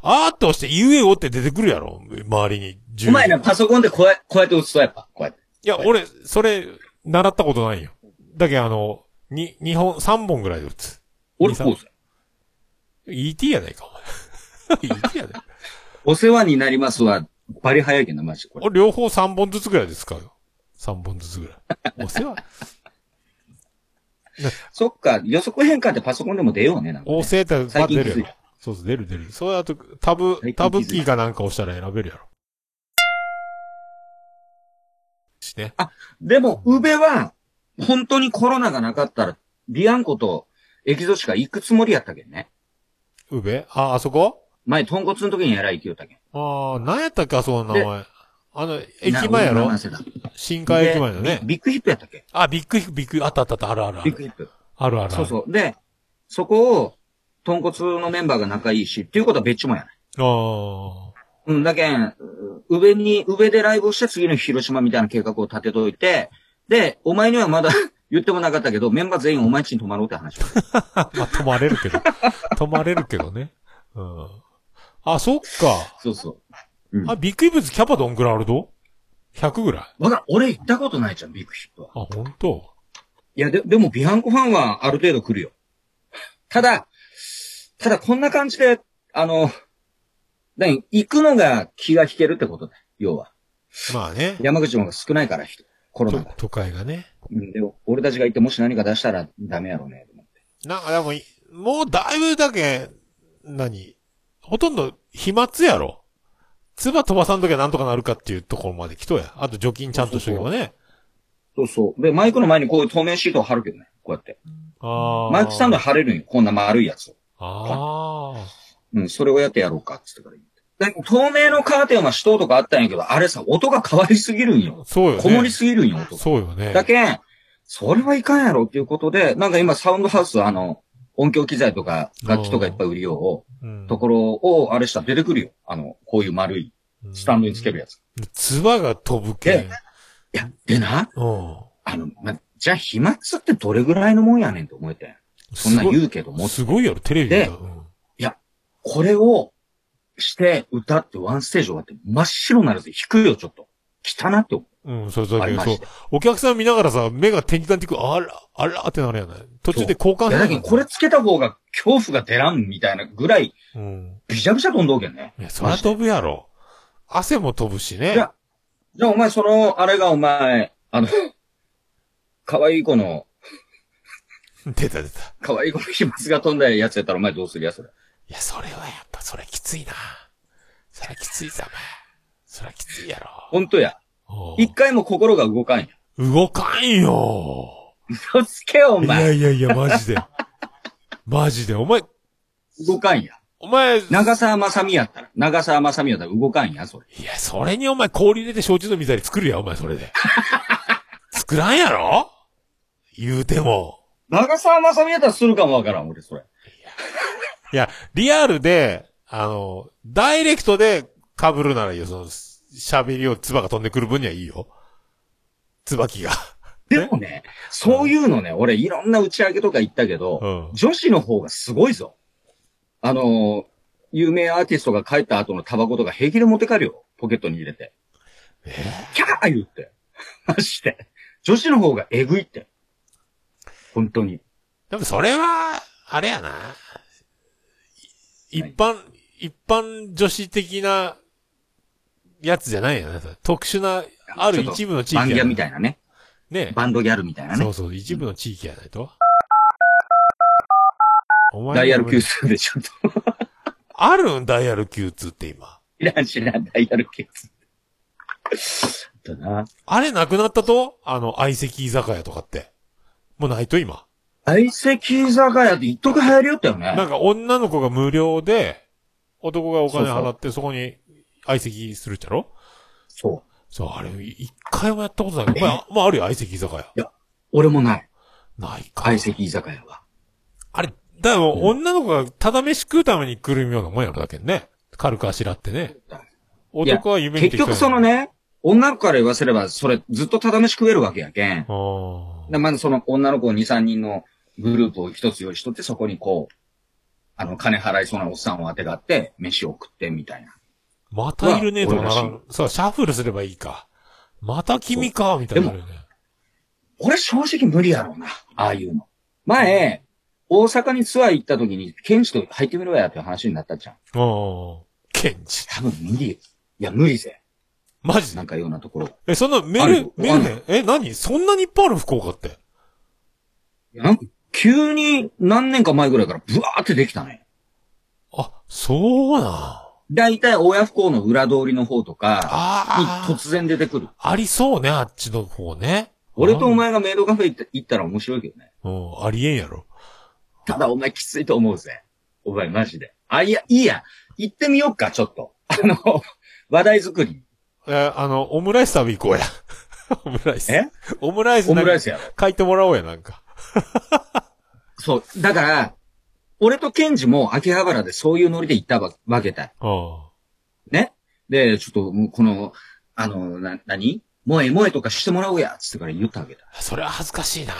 あーって押して、ゆえおって出てくるやろ、周りに。
お前な、
い
パソコンでこうや、こうやって打つとやっぱ、こうやって。
や、俺、それ、習ったことないよ。だけどあの、に、二本、三本ぐらいで打つ。
俺こうする
ET やないか、お前。ET やない。
お世話になりますは、バリ早いけんな、マジでこれ。
俺、両方三本ずつぐらいで使うよ。三本ずつぐらい。お世話、
そっか、予測変換ってパソコンでも出ようね、なんかね、
押せたらパッ
最
て
近
出
気
る
づい
やろ
た。。
そうそう、出る出る。そうあと、タブ
最近、気づいた
タブキーかなんか押したら選べるやろ。しね。
でも、宇部は、本当にコロナがなかったら、ビアンコとエキゾシカ行くつもりやったけんね。
うべあ、あそこ
前、豚骨の時にやら行きよったけん。
ああ、なんやったっけ、あそこの名前。あの、駅前や
な俺の名
ろ
前忘れた
新海駅前のね
で。ビビッグヒップやったっけ
あ、ビッグヒップ、ビッグ、あったあったあった、あるあるあ
ビッグ
る。
ヒップ。
あるあるある。
そうそう。で、そこを、豚骨のメンバーが仲いいし、っていうことは別注もんやない。
あ
うん、だけん、う上に、上でライブをして次の日広島みたいな計画を立てといて、で、お前にはまだ 言ってもなかったけど、メンバー全員お前んちに泊まろうって話。
あ。まあ、止まれるけど。 止まれるけどね。うん。あ、そっか。
そうそう。
あ、ビッグヒップズキャパどんぐらいあると ?100 ぐらい。
わかん俺行ったことないじゃん、ビッグヒップは。
あ、ほんと
いや、で、でも、ビアンコファンはある程度来るよ。ただ、ただこんな感じで、あの、何、行くのが気が引けるってことだ。要は。
まあね。
山口の方が少ないから、人コロナ
と
が。
都会がね。
うんで、俺たちが行ってもし何か出したらダメやろうね。と思って
なんかでもい、もうだいぶだけ、何ほとんど飛沫やろ。唾飛ばさんときゃなんとかなるかっていうところまで来とうや。あと除菌ちゃんとしとけばね。
そうそう。で、マイクの前にこういう透明シートを貼るけどね。こうやって。
ああ。
マイクスタンド貼れるんよ。こんな丸いやつを。
ああ。
うん、それをやってやろうか、つってから言って。で透明のカーテンは死闘とかあったんやけど、あれさ、音が変わりすぎるんよ。
そうよね。
こもりすぎるんよ、音が。
そうよね。
だけん、それはいかんやろっていうことで、なんか今サウンドハウス、あの、音響機材とか楽器とかいっぱい売りよ
うん
う、ところを、あれしたら出てくるよ。あの、こういう丸い、スタンドにつけるやつ。
うん。唾が飛ぶけん。
いや、でな、
うん。
あの、ま、じゃあ飛沫ってどれぐらいのもんやねんと思えてん。そんなん言うけども、
すごいやろ、テレビで
で。これをして歌ってワンステージ終わって真っ白になるぜ。低いよ、ちょっと。汚って思
うん、それだ
あ
け
りま
ど、そ
し
う
て。。
お客さん見ながらさ、目が点にたんてく、あら、あらってなるやない。途中で交
い
換
や、だけどこれ、つけた方が恐怖が出らんみたいなぐらい、
うん。
びちゃびちゃ飛んどうけんね。
いや、そりゃ飛ぶやろ。汗も飛ぶしね。
いやじゃあお前その、あれがお前、あ の、可愛い子の、
出た出た。い
可愛い子の飛沫が飛んだやつやったらお前どうするや、それ。
や、それはやっぱ、それきついな。それきついざ、お前。それきついやろ。
ほんとや。
おう
一回も心が動かんや。
動かんよ。
嘘つけよ、お
いや
前。
いやいや、マ ジで。マジで。お前、
動かんや。
お前、
長澤まさみやったら、長澤まさみやったら動かんや、それ。
いや、それにお前氷入れて焼酎の水割り作るや、お前そ れで。作らんやろ言うても。
長澤まさみやったらするかもわからん、俺、それ。
いや、リアルで、あの、ダイレクトで被るならいいよ、その、喋りを唾が飛んでくる分にはいいよ。椿が。
でもね、そういうのね、俺いろんな打ち上げとか行ったけ
う
ど、
ん。
女子の方がすごいぞ。あの、有名アーティストが帰った後のタバコとか平気で持って帰るよ。ポケットに入れて。
え
キャー言って。 マジで。女子の方がえぐいって。本当に。
でもそれは、あれやな。い一般、一般女子的な、やつじゃないよね。それ特殊な、ある一部の地域
バンギャみ
い
たいなね。
ね。
バンドギャルみたいな
そ
ね。
うそう、一部の地域やないと。お前
ダイヤル Q 数でちょっと。
あるんダイヤル Q2 って今。
知らん知らん、ダイヤル Q 数。だな。
あれなくなったとあの、相席居酒屋とかって。もうないと今。
相席居酒屋って一時流行りよったよね。
なんか女の子が無料で、男がお
そ
金
うそう
払ってそこに相席するっちゃろ
そう。
そう、あれ、一回もやったことないけど。まあ、まあ、あるよ、相席居酒屋。
俺もない。
ないか。
相席居酒屋は。
あれ、だよ、
うん
女の子がただ飯食うために来るようなもんやろだけどね。軽くあしらってね。男は夢見
結
てきた
局その。ね、女の子から言わせれば、それずっとただ飯食えるわけやけん。
あ
でまずその女の子2、3人のグループを一つ用意しとって、そこにこう、あの、金払いそうなおっさんを当てがって、飯を食ってみたいな。
またいるねとかなら
まあ俺
ん。そう、シャッフルすればいいか。また君か、みたいになるよね。
俺正直無理やろうな、ああいうの。前、大阪にツアー行った時に、ケンジと入ってみろやっていう話になったじゃん。
うん。ケンジ。
多分無理よ。いや、無理ぜ。
マジで
なんかようなところ。
え、そんな、メ
ある
ル
よ、
メルヘンえ、何そんなにいっぱいある福岡って。
いや、なんか急に何年か前ぐらいからブワーってできたね。
あ、そうなん。あ
大体親不孝の裏通りの方とか、に
あー。
突然出てくる。
ありそうね、あっちの方ね。
俺とお
あ
前がメイドカフェ行った行ったら面白いけどね。
ー。うん、ありえんやろ。
ただお前きついと思うぜ。お前マジで。あ、いや、いいや。行ってみよっか、ちょっと。あの、話題作り。
え、あの、オムライス食べ行こうや。 オムライス。
え
オムライス
オムライ
ス。
スやろ。
書いてもらおうや、なんか。
そう。だから、俺とケンジも秋葉原でそういうノリで行ったわわけだ。
うん。
ね。で、ちょっと、もうこの、あの、な、なに萌え萌えとかしてもらおうや、つってから言ったわけだ。
それは恥ずかしいな。い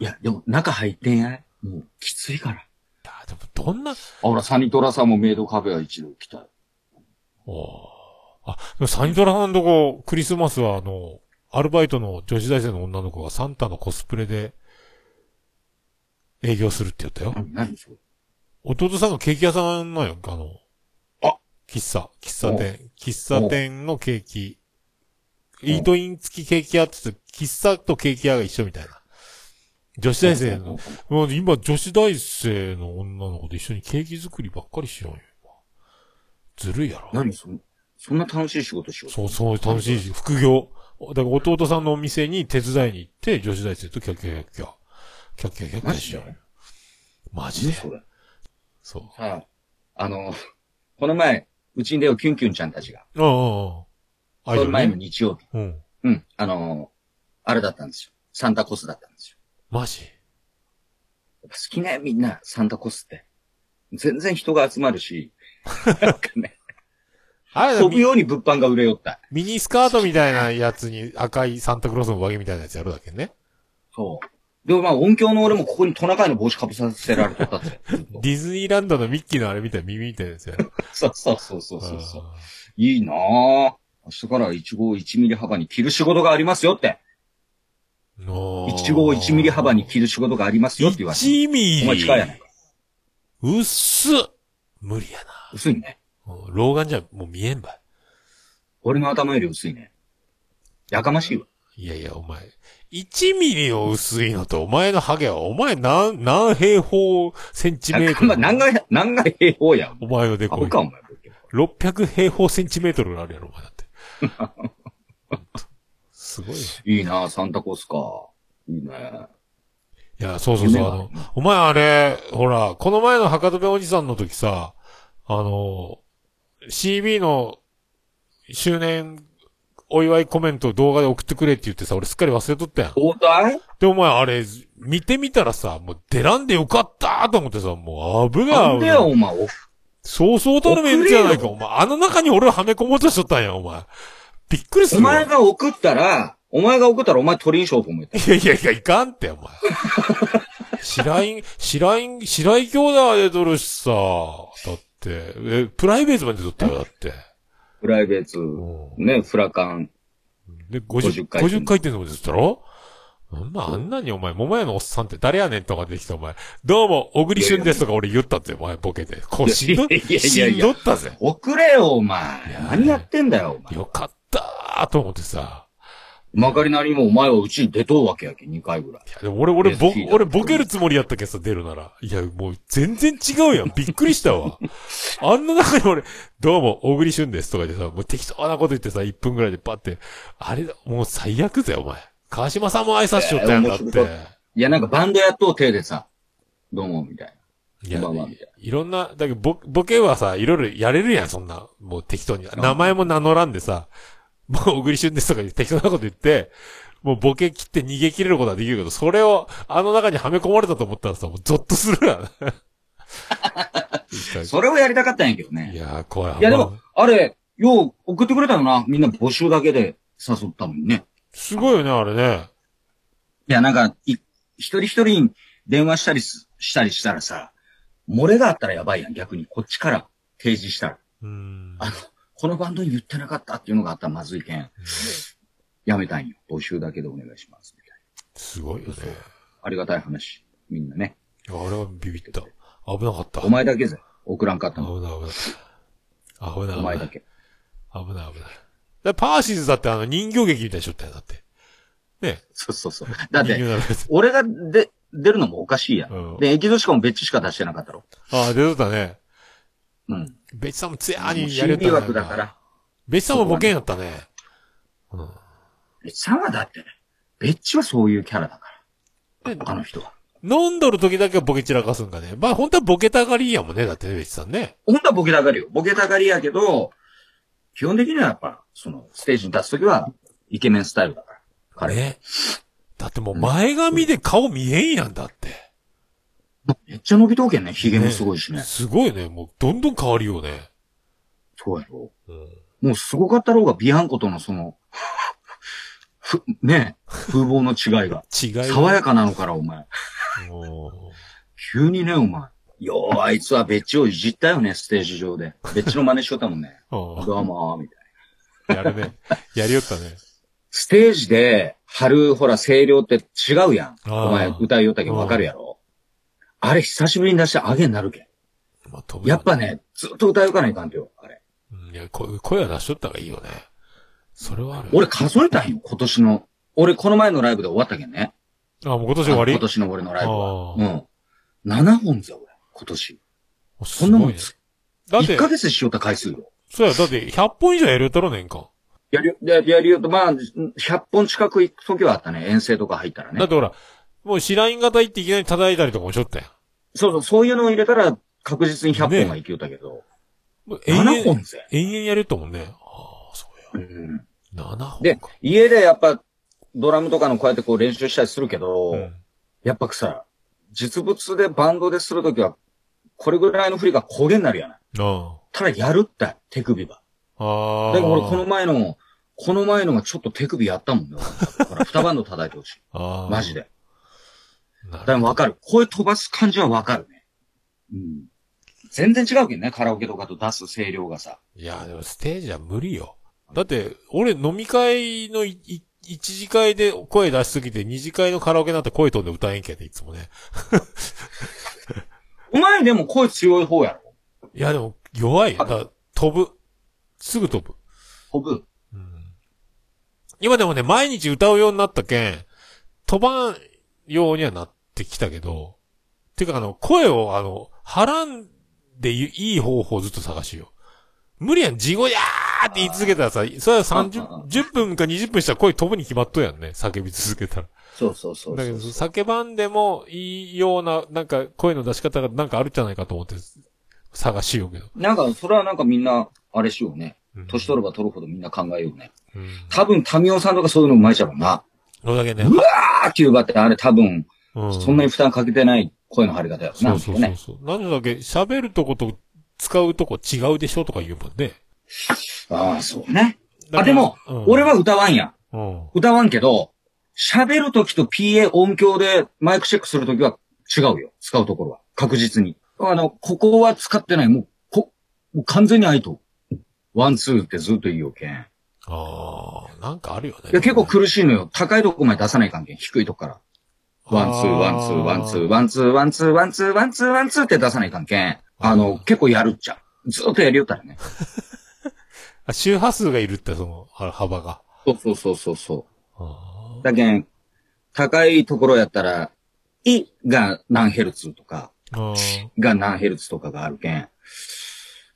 いや、でも中入ってんやいもう、きついから。
や、でも、どんな、
あ、ほら、サニトラさんもメイドカフェは一度来た。
おーあ、でもサニトラさんとこ、クリスマスはあの、アルバイトの女子大生の女の子がサンタのコスプレで営業するって言ったよ。
何、何それ。
弟さんがケーキ屋さんなんよ、あの。
あ
喫茶、喫茶店、喫茶店のケーキ。イートイン付きケーキ屋って言って、喫茶とケーキ屋が一緒みたいな。女子大生の、もう今女子大生の女の子と一緒にケーキ作りばっかりしようよ。今ずるいやろ。
何そんそんな楽しい仕事しようと。
そうそう、楽しいし、副業。だから弟さんのお店に手伝いに行って、女子大生とキャッキャキャッキャ。キャッキャキャッキャしようよ。マジで
それ。
そう。
さあ、あの、この前、うちに出ようキュンキュンちゃんたちが、
うんうんうん。
そ
アイド
の
ル
前の
ね。
日曜日、
うん。
うん、あの、あれだったんですよ。サンタコスだったんですよ。
マジ
やっぱ好きね、みんな、サンタコスって。全然人が集まるし、なんかね、
あれだ
飛ぶ
ミ、
ように物販が売れよった。
ミニスカートみたいなやつに赤いサンタクロースの上着みたいなやつやるだけね。
そう。でもまあ音響の俺もここにトナカイの帽子かぶさせられとったって。ずっと
ディズニーランドのミッキーのあれみたいな耳みたいなやつやる。
そうそうそうそうそうそう。
あ
いいなぁ。明日からイチゴを1ミリ幅に切る仕事がありますよって。
ーの
イチゴを1ミリ幅に切る仕事がありますよって言われて。
1ミ
お前
リ
近いやないか。
うっす無理や
薄いね。
な。うん老眼じゃもう見えんばい。
俺の頭より薄いね。やかましいわ。
いやいや、お前、1ミリを薄いのと、お前のハゲは、お前何、何平方センチメート
何が、何
ル
が、何が平方や。
お前ので
あ
こ
ほ
い
か、お前。
600平方センチメートルがあるやろ、お前だって。すごいよ。
いいなぁ、サンタコスか。いいね。
いや、そうそうそう、あの、お前あれ、ほら、この前の博多弁おじさんの時さ、あの、CB の周年お祝いコメントを動画で送ってくれって言ってさ、俺すっかり忘れとったやん。
交代
で、お前あれ、見てみたらさ、もう出らんでよかったと思ってさ、もう危ない
なん
危
で
ない
よ、お前。お
そうそうたるめんじゃな
送れ
いか、
よ
お前。あの中に俺をはめ込もうとしとったんや、お前。びっくりす
お
るわ。
前が送ったら、お前が送ったらお前取りにしようと思って。
いやいやいや、いかんって、お前。白井、白井、白井兄弟で撮るしさ、だって、え、プライベートまで撮ったよ、だって。
プライベート、
う
ね、フラカン。
んで、50
50回転
50回転のことで撮ったろうんまあ、あんなにお前、桃屋のおっさんって誰やねんとかできた、お前。どうも、小栗旬ですとか俺言ったぜ、お前、ボケて。こう、しんど、
いやいやいやいや
しんどったぜ。
送れよ、お前
いや。
何やってんだよ、お前。
よかったーと思ってさ。
曲がりなりにもお前はうちに出とうわけやけ、2回ぐらい
い。や、でも俺、俺、ぼ
ST だ、
俺、ボケるつもりやったけどさ、出るなら。いや、もう、全然違う やん。びっくりしたわ。あんな中に俺、どうも、小栗旬ですとかでさ、もう適当なこと言ってさ、1分ぐらいでパって、あれだ、もう最悪だよ、お前。川島さんも挨拶しよったやんだって
いや面白。いや、なんかバンドやっとう手でさ、どうも、みたいな。
いや
まあまあみたい、
いろんな、だけど、ボ、ボケはさ、いろいろやれるやん、そんな。もう適当に。名前も名乗らんでさ、もう、小栗旬ですとか言って適当なこと言って、もうボケ切って逃げ切れることはできるけど、それを、あの中にはめ込まれたと思ったらさ、もうゾッとする わ。
それをやりたかったんやけど
い
ね。
やー、怖い。
いや、で
ま
も
あ、
あれ、よう送ってくれたのな。みんな募集だけで誘ったのにね。
すごいよね、あれね。
いや、なんか、い一人一人に電話したりす、したりしたらさ、漏れがあったらやばいやん、逆に。こっちから提示したら。
うーん。
あの、このバンドに言ってなかったっていうのがあったらまずいけん。やめたいんよ。募集だけでお願いします。みたい
すごいよね。
なありがたい話。みんなね。
いやあれはビビった。危なかった。
お前だけぜ。送らんかった
危
の。
ない、危ない。危ない、
お
危
前
な
だ
い。
け。
危ない危ない。でパーシーズだってあの人形劇みたいにしょったよ、だって。ね。
そうそうそう。だっ
人
て、
形なんです
俺がで、出るのもおかしいやん。
うん
で、エキゾシカも別しか出してなかったろ。
ああ、出とったね。
うん。
ベチさんもつやーにやれ
CD
た
枠だから。。
ベチさんもボケんやったね。うん。
別さんはだって、ベッチはそういうキャラだから。
で
他の人は。
飲んどる時だけはボケ散らかすんかね。まあ本当はボケたがりやもんね、だってね、ベチさんね。
本当はボケたがりよ。ボケたがりやけど、基本的にはやっぱ、その、ステージに立つときは、イケメンスタイルだから。彼。
ね。だってもう前髪で顔見えんやんだって。
めっちゃ伸びとうけんね。髭もすごいしね。
すごいね。もうどんどん変わるよね。
そうやろ。
うん。
もうすごかったろうが、ビアンコとのその、ふ、ねえ、風貌の違いが。
違いが。
爽やかなのから、お前。
も
急にね、お前。よう、あいつは別地をいじったよね、ステージ上で。別地の真似しよったもん ね。
ううん
どうもー、みたいな。
やるね。やりよったね。
ステージで、張る、ほら、声量って違うやん。
あー
お前、歌いよったけどわかるやろ。あれ、久しぶりに出して、アゲになるけん。
まあ、飛ぶ
やっぱね、ずっと歌いおかないかんとよ、あれ。
うんいや、声声は出しとった方がいいよね。それはある。
俺数えたんよ、今年の。俺、この前のライブで終わったけんね。
あ、もう今年終わり
今年の俺のライブは。
あ
うん。7本じゃ、俺、今年。
あ
そ
す
んなも
ご
ん
いね。
つ、
だっ
1
て、
ヶ月でしよった回数よ。
そうや、だって100本以上やるとろ年間。
やりよ、ややりよと、まあ、100本近く行く時はあったね。遠征とか入ったら
だっ
ね。
てほら、もうシライン型行っていきなり叩いたりとかもしょったやん。
そうそう、そういうのを入れたら、確実に100本は行きよったけど。
もう延々
7、本ぜ。
延々やれともんね。ああ、そうや。
うん。
7本か。
で、家でやっぱ、ドラムとかのこうやってこう練習したりするけど、
うん、
やっぱさ、実物でバンドでするときは、これぐらいの振りが焦げになるやない。
あ
ただやるって、手首が。
あ。ああ。
だから俺この前の、この前のがちょっと手首やったもんね。俺ほら、二バンド叩いてほしい。
ああ。
マジ。で。だ
なる
からわかる。声飛ばす感じはわかるね。うん。全然違うけんね、カラオケとかと出す声量がさ。
いや、でもステージは無理よ。だって、俺飲み会のいい一次会で声出しすぎて、二次会のカラオケなんて声飛んで歌えんけんね、いつもね。
うまいでも声強い方やろ。
いや、でも弱いよ。だ
あ
から飛ぶ。すぐ飛ぶ。
飛ぶ。
うん今でもね、毎日歌うようになったけん、飛ばんようにはなってきたけど、てかあの、声をあの、はらんでいいい方法をずっと探しよう。無理やん、地声やーって言い続けたらさ、それは
うんうんう
30、
ん
10分か20分したら声飛ぶに決まっとるやんね、叫び続けたら。
そうそうそう
だけ
そ
ど、
う
叫ばんでもいいような、なんか声の出し方がなんかあるんじゃないかと思って探しようけど。
なんか、それはなんかみんな、あれしようね。
うん
年取れば取るほどみんな考えようね。
うん。
多分、民生さんとかそういうのうまいじゃろうな。
それだけね。
うあーキューバってあれ多分、
う
そんなに負担かけてない声の張り方やろ
そ
な。
うそう
きっと
そう
ね。
そう。なんでだっけ、喋るとこと使うとこ違うでしょとか言うもんね。
ああ、そうね。
だから
あでも、
うん
俺、は歌わんや。
うん。
歌わんけど、喋るときと PA 音響でマイクチェックするときは違うよ。使うところは。確実に。あの、ここは使ってない。もう、こ、もう完全にアイと。ワン、ツーってずっと言いよけん。い
ああ、なんかあるよね。
や、結構苦しいのよ。高いとこまで出さない関係。低いとこから。ワン、ツー、ワン、ツー、ワン、ツー、
ン。
ワン、ツー、ワン、ツー、ワン、ツー、ワン、ツー、ワン、ツーって出さない関係。あ
あ
の
ー、
結構やるっちゃ。ずっとやりよったらね。
あ周波数がいるって、その、あ幅が。
そうそうそうそうそ
あ
う。だけん、高いところやったら、いが何ヘルツとか、
ーあー。
が何ヘルツとかがあるけん。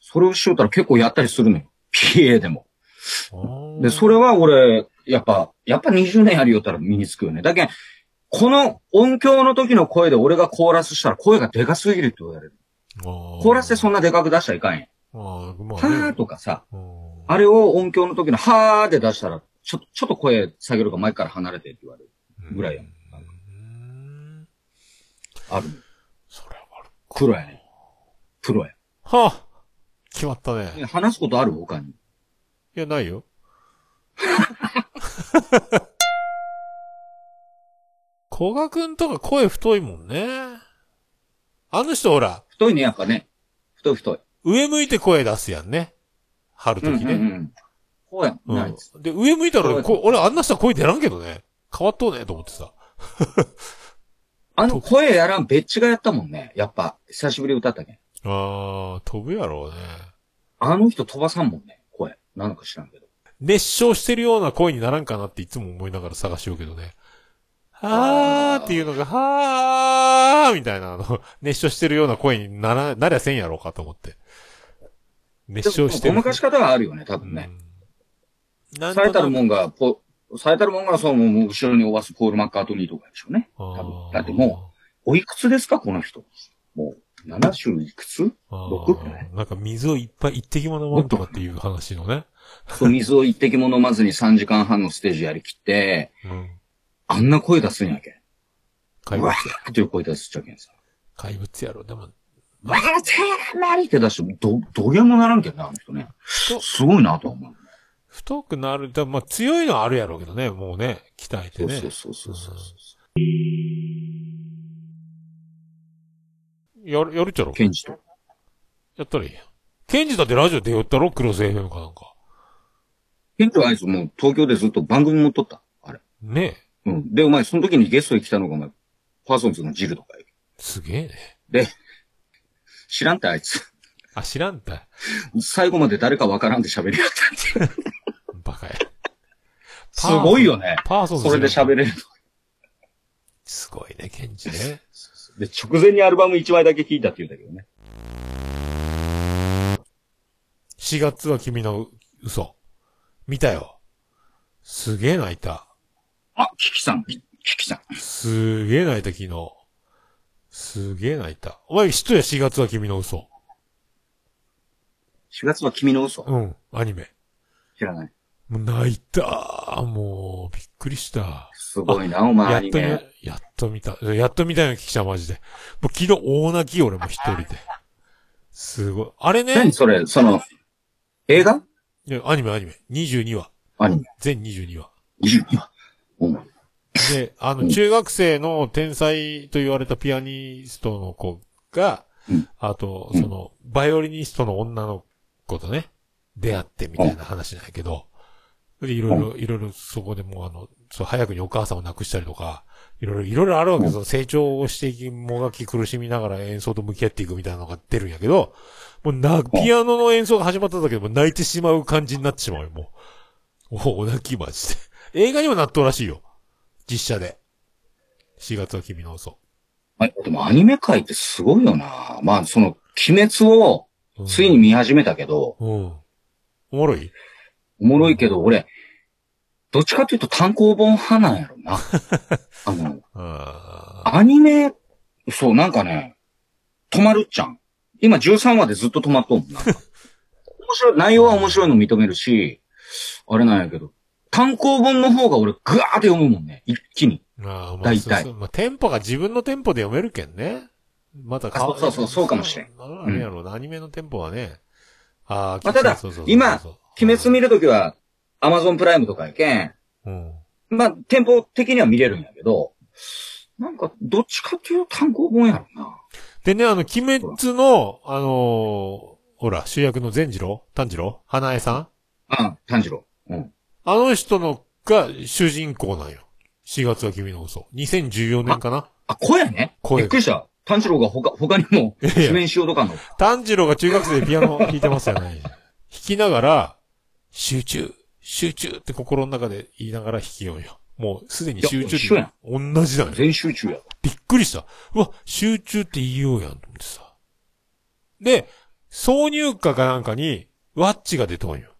それをしよったら結構やったりするのよ。PA でも。で、それは
は、
俺、やっぱ、やっぱ20年やりよったら身につくよね。だけん、この音響の時の声で俺がコーラスしたら声がでかすぎるって言われる。コ
コ
ーラスでそ
の、
んなでかく出したらいかんやん。
あーまあね
はーとかさ、
うん
あれを音響の時のはーで出したら、ちょ、ちょっと声下げるかマイクから離れてって言われる。ぐらいやん
うん
ある。
それはある。
プロやね。プロや。
はあ決まったね。
話すことある他に。
いや、ないよ。古賀くんとか声太いもんね。あの人ほら、
太いね、やっぱね。太い太い。
上向いて声出すやんね。張るとき
うんうん
ね。
うん。こうやん。
う
ナイ
ん
ツ。
で、上向いた
そ
ら、
う
こ俺あんな人は声出らんけどね。変わっとうね、と思ってさ。
あの声やらん、別地がやったもんね。やっぱ、久しぶりに歌ったけん。
あー、飛ぶやろうね。
あの人飛ばさんもんね、声。なんか知らんけど。
熱唱してるような声にならんかなっていつも思いながら探しようけどね。はーっていうのが、はーみたいな、あの、 熱唱してるような声になら、なりゃせんやろうかと思って。熱
でも
唱してる。
ごまかし方はあるよね、多
う
分
ん
ね。。
なん
最たる
ん。
もんが、ポ、最たるもんが、そう、もう後ろに追わすポール・マッカートニーとかでしょうね。多分だってもおいくつですか、この人。もう、70いくつ
う、
毒くない
あーなんか水をいっぱい一滴も飲まんとかっていう話のね。
そう、水を一滴も飲まずに3時間半のステージやりきって、
うん。
あんな声出すんやけ
怪
ん。うわ
物、
ーっていう声出すっちゃけんさ。
怪物やろ。でも、
わーてーなりって出して、ど、どげもならんけんな、あの人ね。
太、
すごいなとは思う。
太くなる。だまあ強いのはあるやろうけどね、もうね、鍛えて
そう
ね。
そうそうそうそう。
やる、やるっちゃろ
ケンジと。
やったらいいやん。ケンジだってラジオ出よったろクロス FM かなんか。
ケンジはあいつもう東京でずっと番組も撮った。あれ。
ねえ。
うん。で、お前、その時にゲストに来たのが、お前、パーソンズのジルとかよ
すげえね。
知らんってあいつ。
あ、知らんた。
最後まで誰かわからんで喋りやったって。
バカや。
すごいよね。
パーソンズ。
それで喋れる。
すごいね、ケンジね。
で、直前にアルバム1枚だけ聴いたって言うんだけどね。
4月は君の嘘。見たよ。すげえ泣いた。
あ、キキさん、キキさん。
すげえ泣いた、昨日。すげえ泣いた。お前知っとるや、4月は君の嘘。
4月は君の嘘。
うん、アニメ。
知らない。
もう泣いた。もう、びっくりした。
すごいな、お前、
や
ア
っ
ニ
とみ、
メ。
やっと見た。やっと見たよ、キキちゃん、マジで。もう昨日大泣き、俺も一人で。すごい。あれね
何、それ、その、映画
いやアニメ、アニメ。22話。
アニメ。
全22話。
22話。うん。
で、あの、中学生の天才と言われたピアニストの子が
うん、
あと、
うん
その、バイオリニストの女の子とね、出会ってみたいな話なんやけど、で、いろいろ、いろいろそこでもうあの、そう、早くにお母さんを亡くしたりとか、いろいろ、いろいろあるわけですよ。成長をしていき、もがき苦しみながら演奏と向き合っていくみたいなのが出るんやけど、もうな、ピアノの演奏が始まっただけでもう泣いてしまう感じになってしまうよ、もう。おお泣きまして。映画にもなっとうらしいよ。実写で。4月は君の嘘。
まあでもアニメ界ってすごいよな。まあ、その、鬼滅を
うん
ついに。見始めたけど、
うん。おもろい
おもろいけど、俺、どっちかっていうと単行本派なんやろ な。あの、
あ
アニメ、そう、なんかね、止まるっちゃん。今13話でずっと止まっとんもんなんか面白い、内容は面白いの認めるし、あれなんやけど、単行本の方が俺グワーって読むもんね。一気に。
ーあー。まあ、
大
そう
体
そうまあ、テンポが自分のテンポで読めるけんね。また
あそうそうそうそうかもしれん。
あれやろうな、アニメのテンポはね。ああ、
まあただ
そうそうそうそう
今、鬼滅見るときは、アマゾンプライムとかやけん。
うん。
まあ、店舗的には見れるんやけど、なんか、どっちかっていうと単行本やろな。
でね、あの、鬼滅の、あのーほら、主役の善次郎炭治郎花江さん
うん、炭治郎。うん。
あの人のが主人公なんよ。4月は君の嘘。2014年かな
あ、声ね。
声
びっくりした。炭治郎が他、他にも、
いやいや
主演しようとかの。
炭治郎が中学生でピアノを弾いてますよね。弾きながら、集中、集中って心の中で言いながら弾きようよ。もうすでに集中
いや
って同じだよ。
全集中や。
びっくりした。うわ、集中って言いようやんと思ってさ。で、挿入歌かなんかに、ワッチが出とんよ。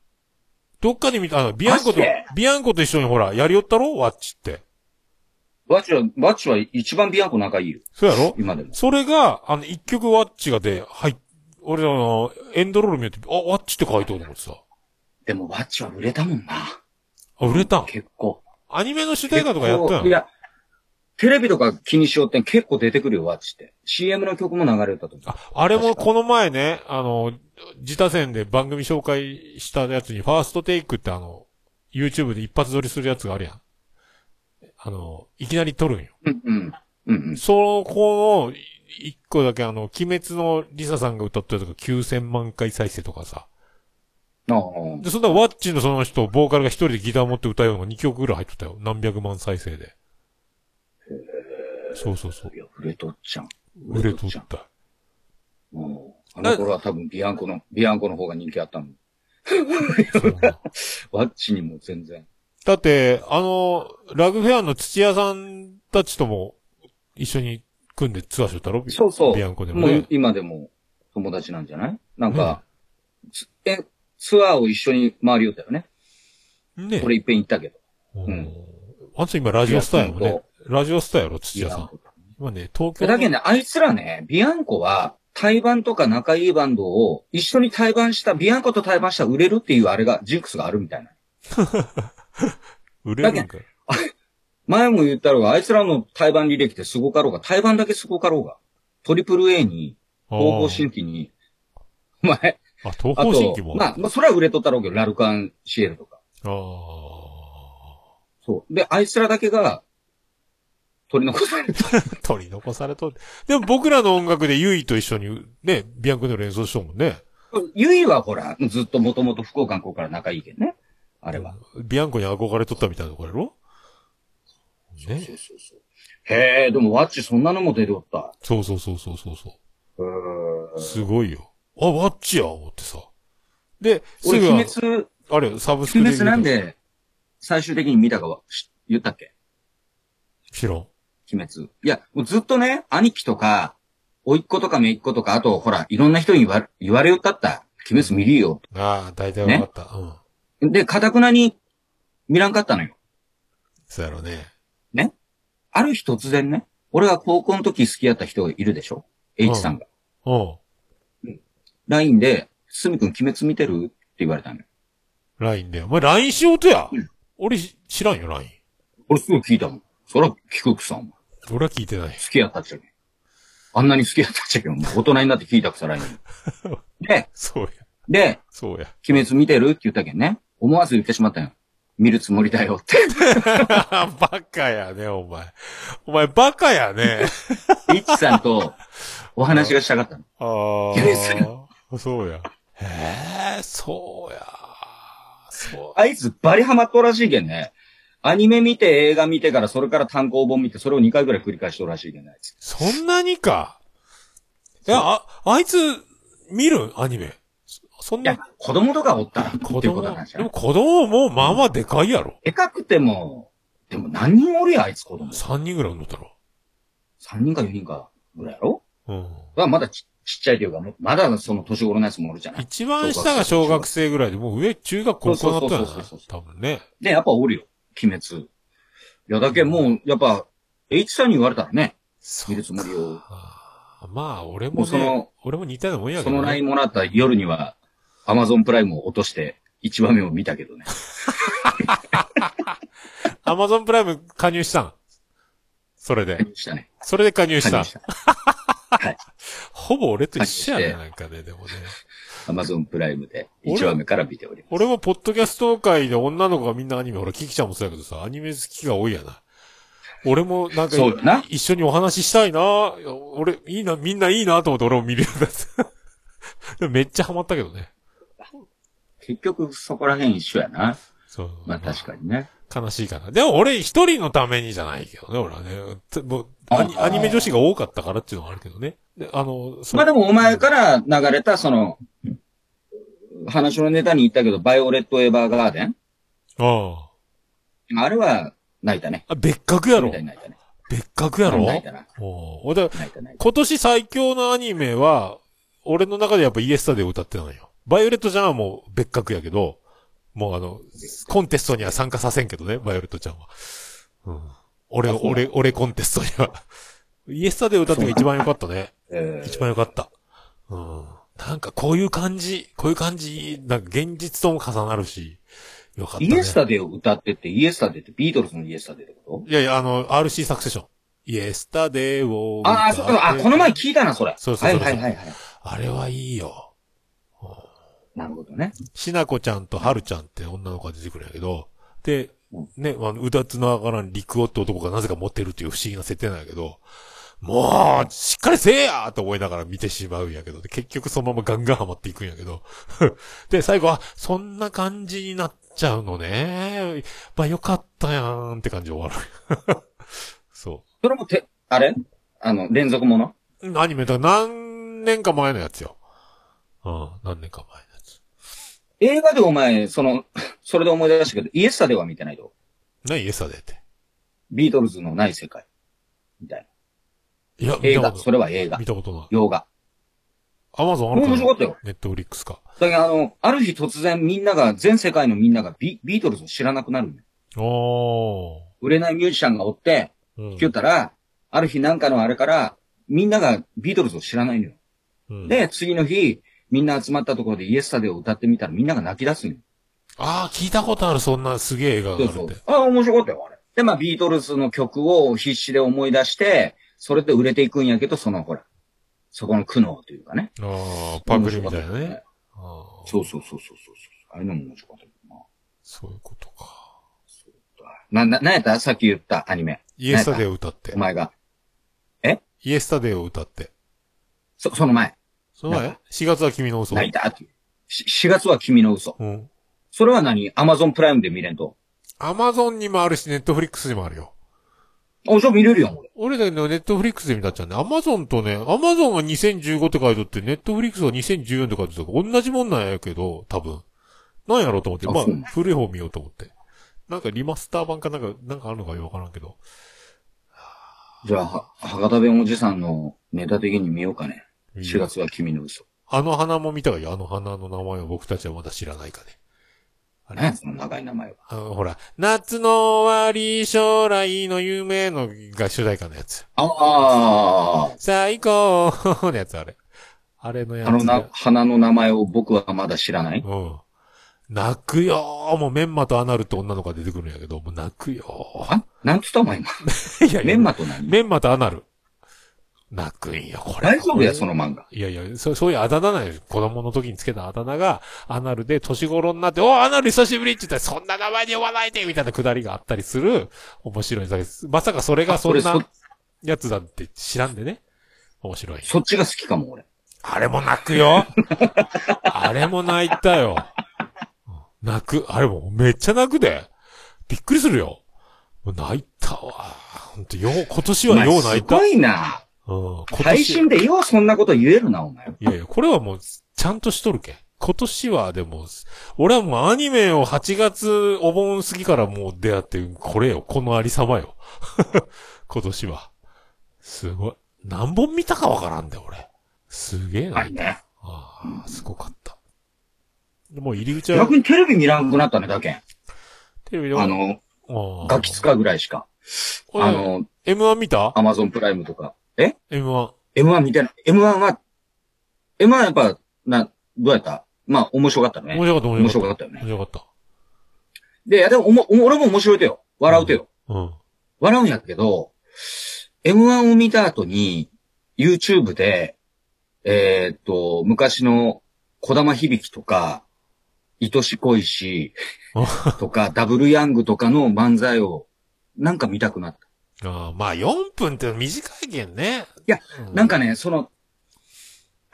どっかで見た、あの、ビアンコ
マジ
と
で、
ビアンコと一緒にほら、やりよったろワッチって。
ワッチは、ワッチは一番ビアンコ仲いいよ。
そうやろ
今でも。
それが、あの、一曲ワッチがで、はい、俺あの、エンドロール見よって、あ、ワッチって書いておると思ってさ。
でもワッチは売れたもんな。
あ、売れたん
結構。
アニメの主題歌とかやった
結構
ん
いや、テレビとか気にしようってん結構出てくるよ、ワッチって。CM の曲も流れたと思う。
あ、あれもこの前ね、あの、自他戦で番組紹介したやつに、ファーストテイクってあの、YouTube で一発撮りするやつがあるやん。あの、いきなり撮るんよ。
うんうん。うんうん。
その子の、い一個だけあの、鬼滅のリサさんが歌ってるとか9000万回再生とかさ。
あ
で、そんなワッチのその人、ボーカルが一人でギター持って歌うのが2曲ぐらい入っとったよ。何百万再生で。そうそうそう
あ。。いや、売れとっちゃん。
売れと っ
ちゃん。
た。
うんあの頃は多分ビアンコの、ビアンコの方が人気あったの。
そう
ワッチにも全然。
だって、あの、ラグフェアの土屋さんたちとも一緒に組んでツアーしよったろ
そうそう。
ビアンコでも
も
ね
う今でも友達なんじゃないなんか、つえ、ツアーを一緒に回りよったよね。
ね
これいっぺん行ったけど。
うん
うん
あんた今ラジオスターやもん
ビアン
ね。ラジオスターやろ、土
ビ
屋
ア
さ
ン
ん
コ。
今ね、東京の
だけどね、あいつらね、ビアンコは、対バンとか仲いいバンドを一緒に対バンした、ビアンコと対バンしたら売れるっていうあれが、ジンクスがあるみたいな。
売れるんかい。
前も言ったろうが、あいつらの対バン履歴ってすごかろうが、対バンだけすごかろうが、トリプル A に、
あ
東方
ー
新規に、お前、
あ、東
あ
方新
と
規も、あ
まあ、まあ、それは売れとったろうけど、ラルカンシエルとか。
あ
そう。で、あいつらだけが、取り残された。
ー 取り残されとる。でも僕らの音楽でユイと一緒に、ね、ビアンコで連想しとるもんね。
ゆいはほら、ずっともともと福岡の子から仲いいけんね。あ
あ
れは。。
ビアンコに憧れとったみたいなとこやろね。
そうそうそう。へえ、でもワッチそんなのも出ておった。
そうそうそうそうそうそう。
うーん
すごいよ。あ、ワッチや思ってさ。で、す
俺、
ぐ、
鬼滅、
あれよ、サブスク
鬼滅なん
で
で、最終的に見たかは、し言ったっけ
知らん。
鬼滅。いや、もうずっとね、兄貴とか、甥っ子とか姪っ子とか、あと、ほら、いろんな人に言わ言われよったった。鬼滅見るよ。
ああ、大体わかった。うん。
で、かたくなに見らんかったのよ。
そうやろうね。
ある日突然ね、俺が高校の時好きやった人いるでしょ ?H さんが。
うん。
LINE で、すみくん鬼滅見てるって言われたのよ。
LINE で。お前 LINE 仕事や
うん。
俺し知らんよ、LINE。
俺すごい聞いたもん。そら、菊くさんは。
俺は聞いてない。
好きやったっちゃけ。あんなに好きやったっちゃけ。もう大人になって聞いたくさらいに。で、
そうや。
で、
そうや。
鬼滅見てるって言ったけんね。思わず言ってしまったよ。見るつもりだよ って。
バカやね、お前。お前バカや ね。
イッチさんとお話がしたかったの。
あ
いやそ
あ。そうや。へえ、そうや。そう。
あいつバリハマっとうらしいけんね。アニメ見て、映画見てから、それから単行本見て、それを2回ぐらい繰り返しとるらしいけんね。あいつ
そんなにか。いや、あ、あいつ、見るアニメ。そそん
いや
な、、
子供とかおったら、っていう
子
こと
供、
なんじゃ
で
な
も
い
子供もまあまあでかいやろ。
でかくても、でも何人おるや、あいつ子供。
3人ぐらい乗ったろ。
3人か4人かぐらいやろ
うん。
はまだちちっちゃいというか、もうまだその年頃のやつもおるじゃない。
一番下が小学生ぐらいで、もう上中学高校だった
そ
よ
うそうそうそう
ね。多分ね。
で、やっぱおるよ。鬼滅。いや、だけもう、やっぱ、H さんに言われたらね、
そ
見るつもりを。
あーまあ、俺
も
も
うそ
ね
の、
俺も似たようなもんやけ
そ
ど、ね。
の LINE もらった夜には、アマゾンプライムを落として、1話目を見たけどね。
アマゾンプライム加入したん。それで。
したね。
それで加入し
加
た
入し。た。
ほぼ俺と一緒やね、
加
なんかね、でもね。
アマゾンプライムで1話目から見ております。
俺もポッドキャスト界で女の子がみんなアニメ、ほら、キキちゃんもそうやけどさ、アニメ好きが多いやな。俺もなんか、
そうだな
一緒にお話ししたいな。いや俺、いいな、みんないいなと思って俺も見るようになった。 でもめっちゃハマったけどね。
結局そこら辺一緒やな。
そう。
まあ確かにね。
悲しいかな。でも俺一人のためにじゃないけどね、俺はね。つもうアニ
あー
アニメ女子が多かったからっていうのはあるけどね。で、あの、そ
まあでもお前から流れたその、話のネタに言ったけど、バイオレット・エヴァーガーデン
あ
あれは泣いたね。
あ。あ、別格や
み
ろ
たい。に泣いたね。
別格やろ。
泣いたな。
おうだ
泣いた泣いた。
今年最強のアニメは、俺の中でやっぱイエスタで歌ってたのよ。バイオレットちゃんはもう別格やけど、もうあの、コンテストには参加させんけどね、バイオレットちゃんは。うん。俺、
あそう
俺、俺コンテストには。イエスタで歌ってが一番良かったね。
え
一番良かった。うん。なんかこういう感じ、こういう感じ、なんか現実とも重なるし、良かった
ー
ね。
イエスタデを歌ってって、イエスタデってビートルズのイエスタデってこ
いやいや、あの、RC サクセション。イエスタデーを
と
歌って。
ああ、そうか。あ、この前聞いたな、それ。
そうそうそうそう
はいはいはいはい。
あれはいいよ。
なるほどね。
しなこちゃんとはるちゃんって女の子が出てくるんやけど、で
うん、
ね、あの、歌つながらん陸夫って男がなぜか持ってるという不思議な設定なんやけど、もう、しっかりせえやと思いながら見てしまうんやけど、で結局そのままガンガンハマっていくんやけど、 で、最後、あ、そんな感じになっちゃうのね。まあ、よかったやんって感じで終わる。 そ
それもて、あれあの、連続もの
う。アニメだ、何年か前のやつよ。うん、何年か前のやつ。
映画でお前、その、 それで思い出したけど、イエスタでは見てないと。
何イエスタデーって。
ビートルズのない世界。みたい
いや、
な。
見
映
た
画、
こ
そ
と
れは映
ない。
画
見。たことない。
洋画。
アマゾンあ
これ
るか
面
な
白かったよ。
ネットフリックスか。
だけど、あの、ある日突然みんなが、全世界のみんながビビートルズを知らなくなるんよ
お
売れないミュージシャンがおって、
ー。うん
聞いたら、ある日なんかのあれから、みんながビートルズを知らないのよ。
うん
で、次の日、みんな集まったところでイエスタデを歌ってみたらみんなが泣き出すのよ。
ああ、聞いたことある、そんなすげえ映画があ
そ
る
う
って。
そう。ああ、面白かったよ、あれ。で、まあ、ビートルズの曲を必死で思い出して、それで売れていくんやけど、その、ほら、そこの苦悩というかね。
ああ、パクリみたい
面白か
な
った
ね
よ。
あー
そうそうそうそうそうそう。あれのも面白かったよ
そういうことか。
な。な、な、なんやったさっき言ったアニメ。
イエスタデーを歌って
お。前が。
イエスタデーを歌って。
そ、その前。
その前
な
?4 月は君の嘘。
泣いたっていう。し4月は君の嘘。
うん。
それは何アマゾンプライムで見れんと。
アマゾンにもあるし、ネットフリックスにもあるよ。
あ、じゃあ見れるやん、俺。
俺だけどネットフリックスで見たっちゃうね。アマゾンとね、アマゾンが2015って書いとって、ネットフリックスが2014って書いとったから、同じもんなんやけど、多分。なんやろうと思って、
あ
まあ
そうなん、
古い方見ようと思って。なんかリマスター版かなんか、なんかあるのかよくわからんけど。
じゃあ、は博多弁おじさんのネタ的に見ようかね。
見
4
る
月は君の嘘。
あの花も見たがいい。あの花の名前を僕たちはまだ知らないかね。あ
何や、
れ
その長い名前は。
あの、ほら、夏の終わり、将来の夢のが主題歌のやつ。
ああー、
最高のやつ、あれ。あれのやつ。
あのな、花の名前を僕はまだ知らない
うん。泣くよーもうメンマとアナルって女の子が出てくるんやけど、もう泣くよ
あなんつったお前今。
ーいやいや
メンマと何
メンマとアナル。泣くんよ、これ。
大丈夫や、その漫画。
いやいや、そそういうあだ名なんよ。子供の時につけたあだ名が、アナルで年頃になって、おーアナル久しぶりって言ったら、そんな名前に呼ばないでみたいなくだりがあったりする、面白い作品です。まさかそれがそん
俺そ
な、やつだって知らんでね。面白い。
そっちが好きかも、俺。
あれも泣くよ。あれも泣いたよ。泣く。あれもめっちゃ泣くで。びっくりするよ。もう泣いたわ。ほんと、よう、今年
お
は
前
よう泣い
す
た。うん
ご、いな。
今
配
年。
信でようそんなこと言えるな、お前。
いやいや、これはもう、ちゃんとしとるけ。今年はでも、俺はもうアニメを8月お盆過ぎからもう出会って、これよ、このありさまよ。 今年は。すごい。何本見たかわからんで、俺。すげえな。
はいね。
ああ、すごかった。でもう入り口は
逆、にテレビ見らんくなったね、だけん。
テレビで
あ、の、
ああ
ガキ使うぐらいしか。あ、
こ
の、
れ M1 見た
アマゾンプライムとか。え
?M1。
?M1 見てない。M1 は、M1 はやっぱ、な、どうやったまあ、面白かったね
面。白かった、面
面白
白か
か
っ
ったよ
た。
ね。
面白かっ
で、いや、でもおも、おも俺も面白いとよ。笑うとよ。
た。うん。
笑うんやけど、M1 を見た後に、YouTube で、えーっと、昔の小玉響とか、愛し恋しとか、ダブルヤングとかの漫才を、なんか見たくなった。
ああまあ、4分って短いけんね。
いや
う、
なんかね、その、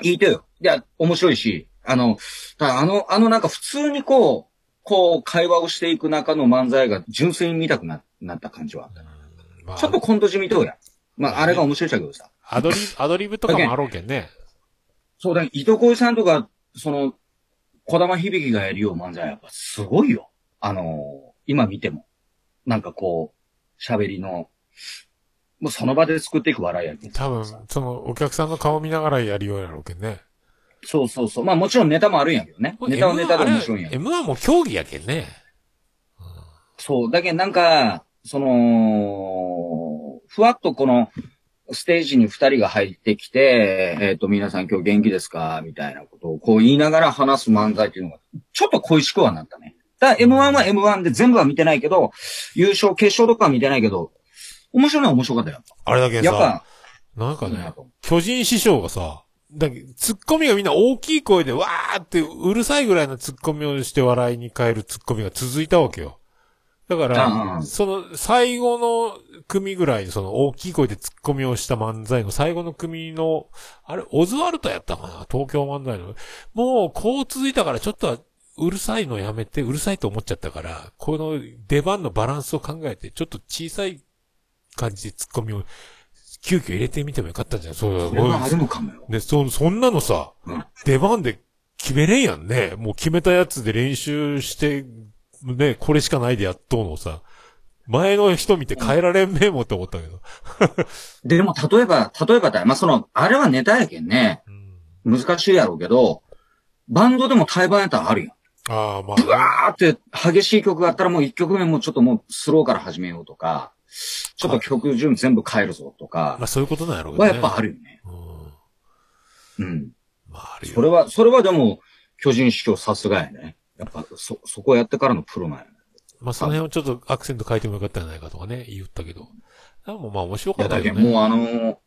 言いてよ。いや、面白いし、あの、ただあの、あのなんか普通にこう、こう会話をしていく中の漫才が純粋に見たくななった感じは。
うん、ま
ちょっと
あ、
今年見とうや。まあ、あれが面白いっちゃけどさ。
アドリブ、アドリブとかもあろうけんね。
そうだ、伊藤浩さんとか、その、小玉響がやるよう漫才やっぱすごいよ。あのー今見ても。なんかこう、喋りの、もうその場で作っていく笑いやけど
多分、その、お客さんの顔見ながらやるようやろうけんね。
そうそうそう。まあもちろんネタもあるんやけどね。ネタはネタで面白いんやけど
M1 あれ M1 も競技やけんね。
そう。だけどなんか、その、ふわっとこの、ステージに二人が入ってきて、えっ、と、皆さん今日元気ですかみたいなことをこう言いながら話す漫才っていうのが、ちょっと恋しくはなったね。だから M1 は M1 で全部は見てないけど、優勝、決勝とかは見てないけど、面白いのは面白かったよ。
あれだけん
やっ
さ、
ぱ、
なんか
いい
ね
な、と思
巨人師匠がさ、だけツッコミがみんな大きい声でわーってうるさいぐらいのツッコミをして笑いに変えるツッコミが続いたわけよ。だか
うんう
ら、
ん
その最後の組ぐらいにその大きい声でツッコミをした漫才の最後の組の、あれ、オズワルトやったかな東京漫才の。もうこう続いたからちょっとはうるさいのやめて、うるさいと思っちゃったから、この出番のバランスを考えて、ちょっと小さい感じでツッコミを急遽入れてみてもよかったんじゃん。そうだ、
う。それはあるのかもよ。
で、そ、そんなのさ、
うん
出番で決めれんやんね。もう決めたやつで練習して、ね、これしかないでやっとうのをさ、前の人見て変えられんめもって思ったけど。
でも、例えば、例えばだよ。まあ、その、あれはネタやけんね。難しいやろうけど、バンドでも対バンやったらあるやん。
ああ、ま
ブワーって激しい曲があったらもう一曲目もうちょっともうスローから始めようとか、ちょっと曲順全部変えるぞと
あ、
か、
まあそういうことなんやろうけど
は
ね。
やっぱあるよね。
うん。
うん。
まあある
それ
よ。
は、それはでも、巨人師匠さすがやね。やっぱ、そ、そこやってからのプロなんやね。
まあその辺をちょっとアクセント変えてもよかったんじゃないかとかね、言ったけど。でもまあ面白
い
か
や、
った
だ
け
け
ど
ど
ね。
もうあの、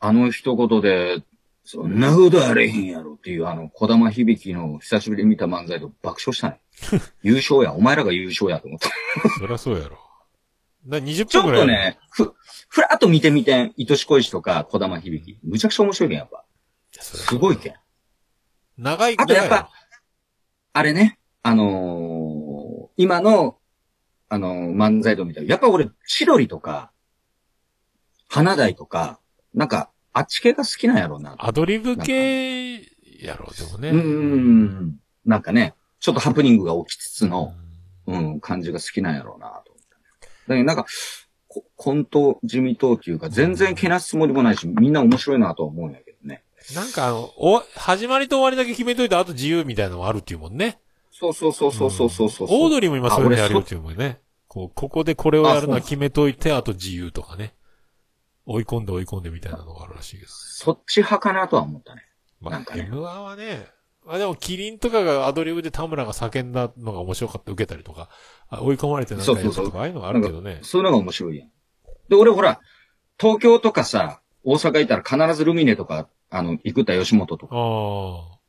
あの一言で、そんなことあれへんやろっていうあの、小玉響の久しぶりに見た漫才と爆笑 したね。優勝や、お前らが優勝やと思った。
そりゃそうやろ。な、20
ち
分
ょっ
くらい。
と。ね、ふ、ふらっと見てみて、愛し恋しとか、小玉響。むちゃくちゃ面白いけん、やっぱ。すごいけん。
長い、
あとやっぱ
長いよ
あれね、あのー今の、あのー漫才道みたいな。やっぱ俺、千鳥とか、花台とか、なんか、あっち系が好きなんやろうな。
アドリブ系やろう、でもね。
うんうん。なんかね、ちょっとハプニングが起きつつ
う
の、
ん
うん、感じが好きなんやろうなと思ったね。だけどなんか、こコント地味とっていうか、全然けなすつもりもないし、みんな面白いなとは思うんやけどね。
なんかあの、お、始まりと終わりだけ決めといて、あと自由みたいなのもあるっていうもんね。
そうそうそうそうそうそうそう。
オードリーも今それで
あ
や
俺
る
そう
っていうもんね。こう、ここでこれをやるのは
あそう
決めといて、あと自由とかね。追い込んで追い込んでみたいなのがあるらしいけど。
そっち派かなとは思ったね。
ま
な
あ、
んかね
M1 はね、まあでも、キリンとかがアドリブで田村が叫んだのが面白かった、受けたりとか、あ追い込まれてなんかやった
そう
と
そうそ
か、ああいうのがあるけどね。
そういうのが面白いやん。で、俺ほら、東京とかさ、大阪行ったら必ずルミネとか、あの、行くった吉本とか。
ああ。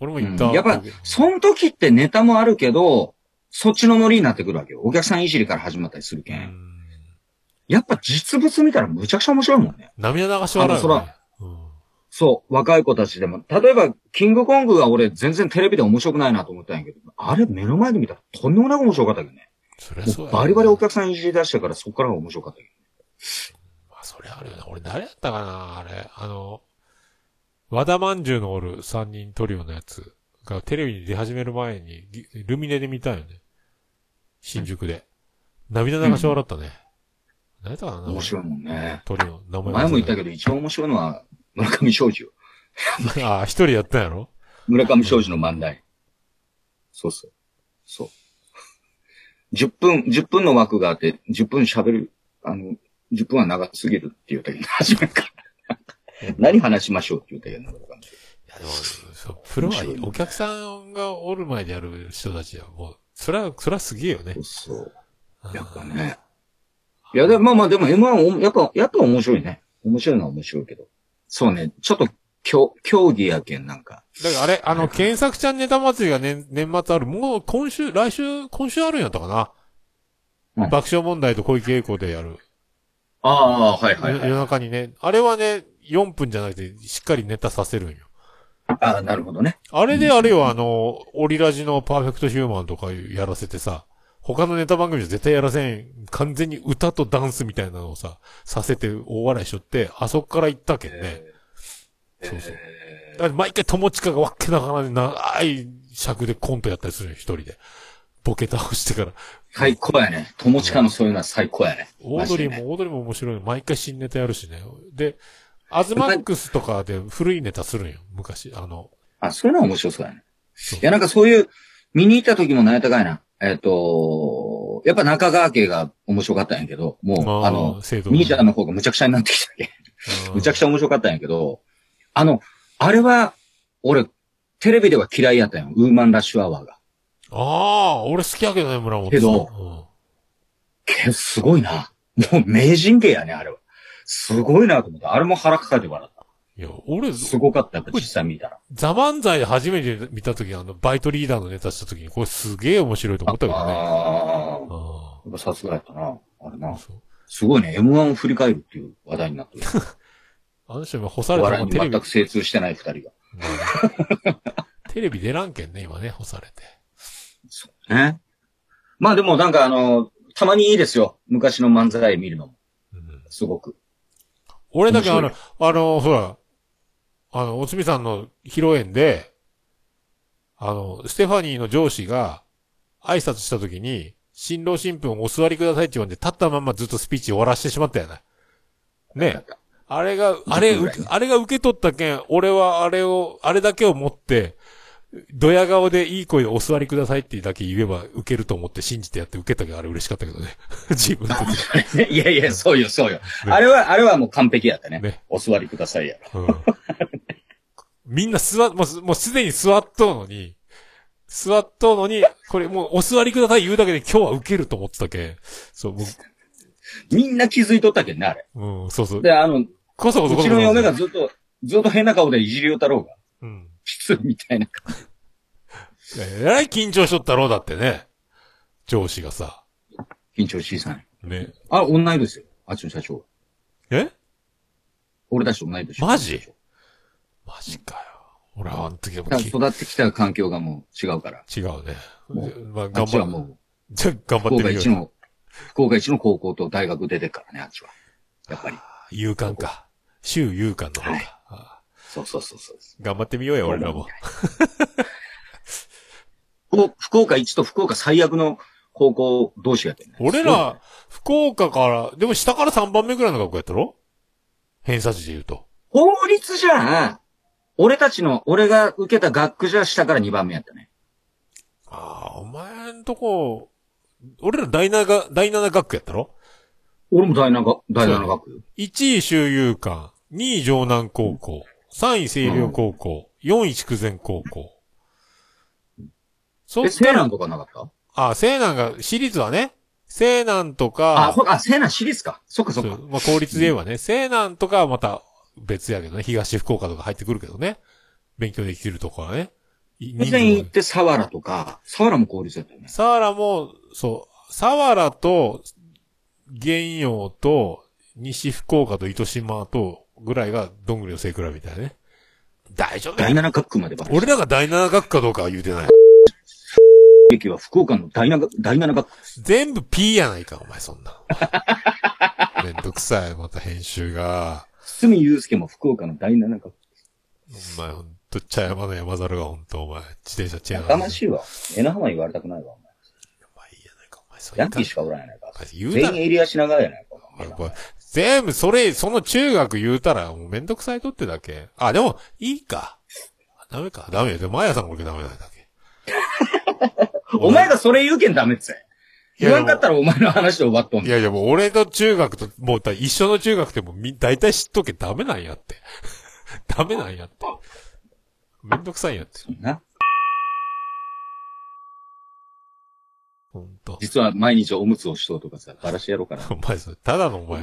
俺も
う
言っ
ん
た。
やっぱ、その時ってネタもあるけど、そっちのノリになってくるわけよ。お客さんいじりから始まったりする
う
けん。
ん。
やっぱ実物見たらむちゃくちゃ面白いもんね。
涙流し笑うよね。うん。
そう、若い子たちでも。例えば、キングコングは俺全然テレビで面白くないなと思ったんやけど、あれ目の前で見たらとんでもなく面白かったけどね。
そりゃそう
もう
や。
バリバリお客さんいじり出してからそっからが面白かったけど。
まあ、それあるよな。俺誰やったかなあれ。あの、和田まんじゅうのおる三人トリオのやつがテレビに出始める前に、リルミネで見たよね。新宿で。涙流し笑ったね。何やったかな
面白いもんね。
トリオ、名前
前も言った
け
けど、一番面白いのは、村上昌司よ。
ど。ああ、一人やったんやろ
村上昌司の漫才。そうそう。そう。10分、10分の枠があって、10分喋る、あの、10分は長すぎるって言うたけど、初めから。何話しましょうって言うたけど、村上昌司
いや、でも、そう、プロはいい。お客さんがおる前でやる人たちは、もう、それは、それはすげえよね
そ。うそう。やっぱね。いや、でもまあまあ、でも M1 お、やっぱ、やっぱ面白いね。面白いのは面白いけど。そうね。ちょっと、競競技やけん、なんか。
だからあれ、あの、検索ちゃんネタ祭りが年、年末ある。もう今週、来週、今週あるんやったかな。
うん
爆笑問題と小池栄子でやる、
ああ、はいはいは
夜
い。
中にね。あれはね、4分じゃなくて、しっかりネタさせるんよ。
ああ、なるほどね。
あれであれよ、あの、オリラジのパーフェクトヒューマンとかやらせてさ、他のネタ番組じゃ絶対やらせん、完全に歌とダンスみたいなのをさ、させて大笑いしとって、あそこから行ったけんね。そうそう。だから毎回友近がわっけながらね長い尺でコントやったりするよ、一人で。ボケ倒してから。
最高やね。友近のそういうのは最高やね。
オードリー
マジでね。
も、オードリーも面白いの。毎回新ネタやるしね。で、アズマックスとかで古いネタするんよ、昔。あの、
あ、そういうのは面白そうやね
そう。
いや、なんかそういう、見に行った時も何やったかいな。えっ、と、やっぱ中川家が面白かったんやけど、もう、あの、
生徒
兄ちゃんの方がむちゃくちゃになってきたけ。むちゃくち
ゃ。
ゃ面白かったんやけど、あの、あれは、俺、テレビでは嫌いやったんよ。ウーマンラッシュアワーが。
ああ、俺好きやけどね、村本さん。
けど
うん
けすごいな。もう名人芸やね、あれは。すごいなと思った。あれも腹抱えて笑っ
いや、俺
た。、すごかった、やっぱ実際見たら。
ザ漫才で初めて見たとき、あの、バイトリーダーのネタしたときに、これすげえ面白いと思ったけどね。
ああ。
うん
やっぱさすがやったな。あれな。
そう
すごいね。M1 を振り返るっていう話題になってる。
あの人今干さ
お
れた
笑い
も
に
テレ
全
ビ
く精通してない二人が。
テレビ出らんけんね、今ね、干されて。
ね。まあでもなんかあの、たまにいいですよ。昔の漫才見るのも。すごく。
俺だけあ
面白
の
い、
あの、ほら、あの、おつみさんの披露宴で、あの、ステファニーの上司が、挨拶した時に、新郎新婦をお座りくださいって言われて、立ったまんまずっとスピーチ終わらしてしまったよね。ねえ。あれが、あれ、
10分ぐ
う
らいね
あれが受け取ったけん、俺はあれを、あれだけを持って、ドヤ顔でいい声でお座りくださいってだけ言えば受けると思って信じてやって受けたけど、あれ嬉しかったけどね。 自分たち で。
いやいや、そうよ、そうよ。あれは、あれはもう完璧やったね。
ね
お座りくださいや。
うんみんな座っ、もうす、もうすでに座っとうのに、座っとうのに、これもうお座りください言うだけで今日は受けると思ってたけん。そう、も
みんな気づいとったけんね、あれ。
う、うん、そうそう。
で、あの、う
こそこそこそこそ。
ちの嫁がずっと、ずっと変な顔でいじりよったろうが。
うん。
きついみたいな。
いやえらい緊張しとったろうだってね。上司がさ。
緊張しいさん。
ね。
あ、同いですよ。あっちの社長は。
え
俺たち同い年。
マジマジかよ。俺はあの時はもうき
育ってきた環境がもう違うから。
違うね。
も
まあ、
あ
頑
っちは
張
も
る。
う、
じゃあ頑
福
張って
岡
みよ
一
うよ。
の、福岡一の高校と大学出てっからね、あっちは。やっぱり。
あー勇敢か。週勇敢の方か。
はい
あ
そうそうそうそう。
ー頑張ってみようよ、俺らも。
福福岡1と福岡最悪の高校同士やってね。
俺
すごいね
ら、福岡から、でも下から3番目ぐらいの学校やったろ偏差値で言うと。
法律じゃ、俺たちの、俺が受けた学区じゃ下から2番目やったね。
ああ、お前んとこ、俺ら第7が、第7学区やったろ
俺も第7学、第7学よ。
?1 位周遊館、2位城南高校、3位星稜高校、4位筑前高校。そ
え、
っ
西南とかなかった
あ、西南が、私立はね、西南とか、
あ、ほあ、西南私立か。そっかそっ
そ
か
う。まあ、公立で言えばね、西南とかはまた別やけどね、東福岡とか入ってくるけどね、勉強できるとこはね。い
以前行っ
人数
て佐原とか、佐原も公立やったよね。
サワラも、そう、サワラと、玄陽と、西福岡と糸島と、ぐらいが、どんぐりの背比べみたいなね。大丈夫だ
第
よ。
7学区までば
俺らが第7学科どうかは言うてない。
駅は福岡の第7、第7学区。
全部 P やないか、お前そんなの。めんどくさい、また編集が。
堤祐介も福岡の第7学区。
お前ほんと、茶山の山猿がほんと、お前、自転車チェア
やかま
い
しいわ。江ノ浜言われたくないわ、お前。
お前いいやないか、お前、そう
ヤ
言
ンキー
うた
しかおらんやないか。
言うた
全員エリアしながらやないか。お前
ら、お前全部、それ、その中学言うたら、もうめんどくさいとってだけ。あ、でも、いいか。あダメか。ダメよ。でも、マヤさんこれダメなんだっけ。
お前がそれ言うけんダメっつえ。
いや
言わんかったらお前の話で終わっとん
い
ねん
やいや、もう俺の中学と、もうだ一緒の中学でもみ、大体知っとけダメなんやって。 ダメなんやって。めんどくさいんやって。
な。
ほんと。
実は毎日おむつをしとうとかさ、バラしてやろうかな。
お前、それ、ただのお前、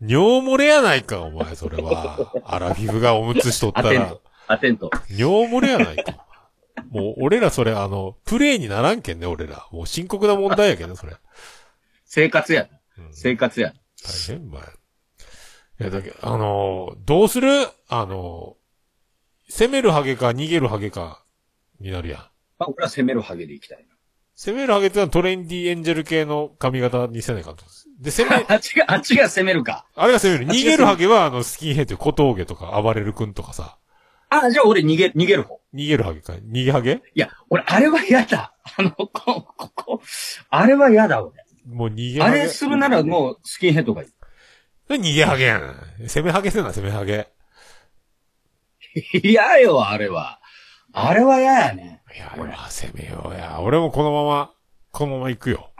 尿漏れやないか、お前、それは。アラフィフがおむつしとった
アテン
ら
ト、、アテント。
尿漏れやないか。もう、俺らそれ、あの、プレイにならんけんね、俺ら。もう深刻な問題やけんね、それ。
生活や。
うん
生活や。
大変、お前。いや、だけど、あのー、どうするあのー、攻めるハゲか逃げるハゲか、になるやん。
まあ、俺は攻めるハゲでいきたい
攻めるハゲってのはトレンディエンジェル系の髪型にせないかんと。で、攻
な
め。、
あっちが、あっちが攻めるか。
あれが攻める。
あ
逃げるハゲは、あの、スキンヘッド、小峠とか、暴れる君とかさ。
あ、じゃあ俺逃げ、逃げる方。
逃げるハゲか逃げハゲ
いや、俺、あれは嫌だ。あの、こ、ここ、あれは嫌だ、俺。
もう逃げ
あ
ハゲ。
れするならもう、スキンヘッドがいい。
逃げハゲやん。攻めハゲせな、攻めハゲ。
嫌よ、あれは。あれは嫌やね。
いや、まあ攻めようや。俺もこのまま、このまま行くよ。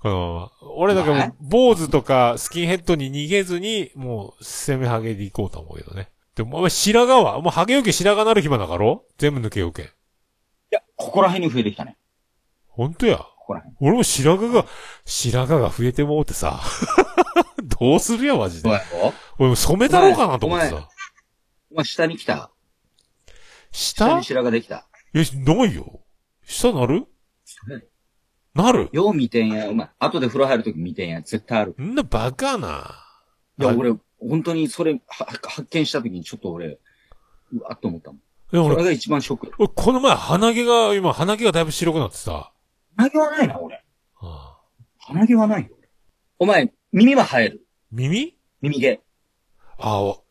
このまま。俺だか
お
ら
前
もう、坊主とかスキンヘッドに逃げずに、もう、攻めハゲで行こうと思うけどね。でも、お前白髪は、もうハゲよけ白髪なる暇なかろ全部抜けよけ。
いや、ここら辺に増えてきたね。
ほんとや。
ここら辺。
俺も白髪が、白髪が増えてもうてさ。 どうするや、マジ
そう
で。
やろ
俺も染めたろうかなと思って
お前
さ。
まあ、下に来た。下
下
に白髪できた。
え、ないよ。下なるなる
よう見てんや、お前。後で風呂入るとき見てんや、絶対ある。
んなバカな。
いや、
あ
俺、本当にそれ、は発見したときにちょっと俺、うわっと思ったもん。
でも
それ
俺、
が一番ショック。
俺この前鼻毛が、今鼻毛がだいぶ白くなってさ。
鼻毛はないな、俺。
はあ
鼻毛はないよ。俺お前、耳は生える。
耳
耳毛。
あお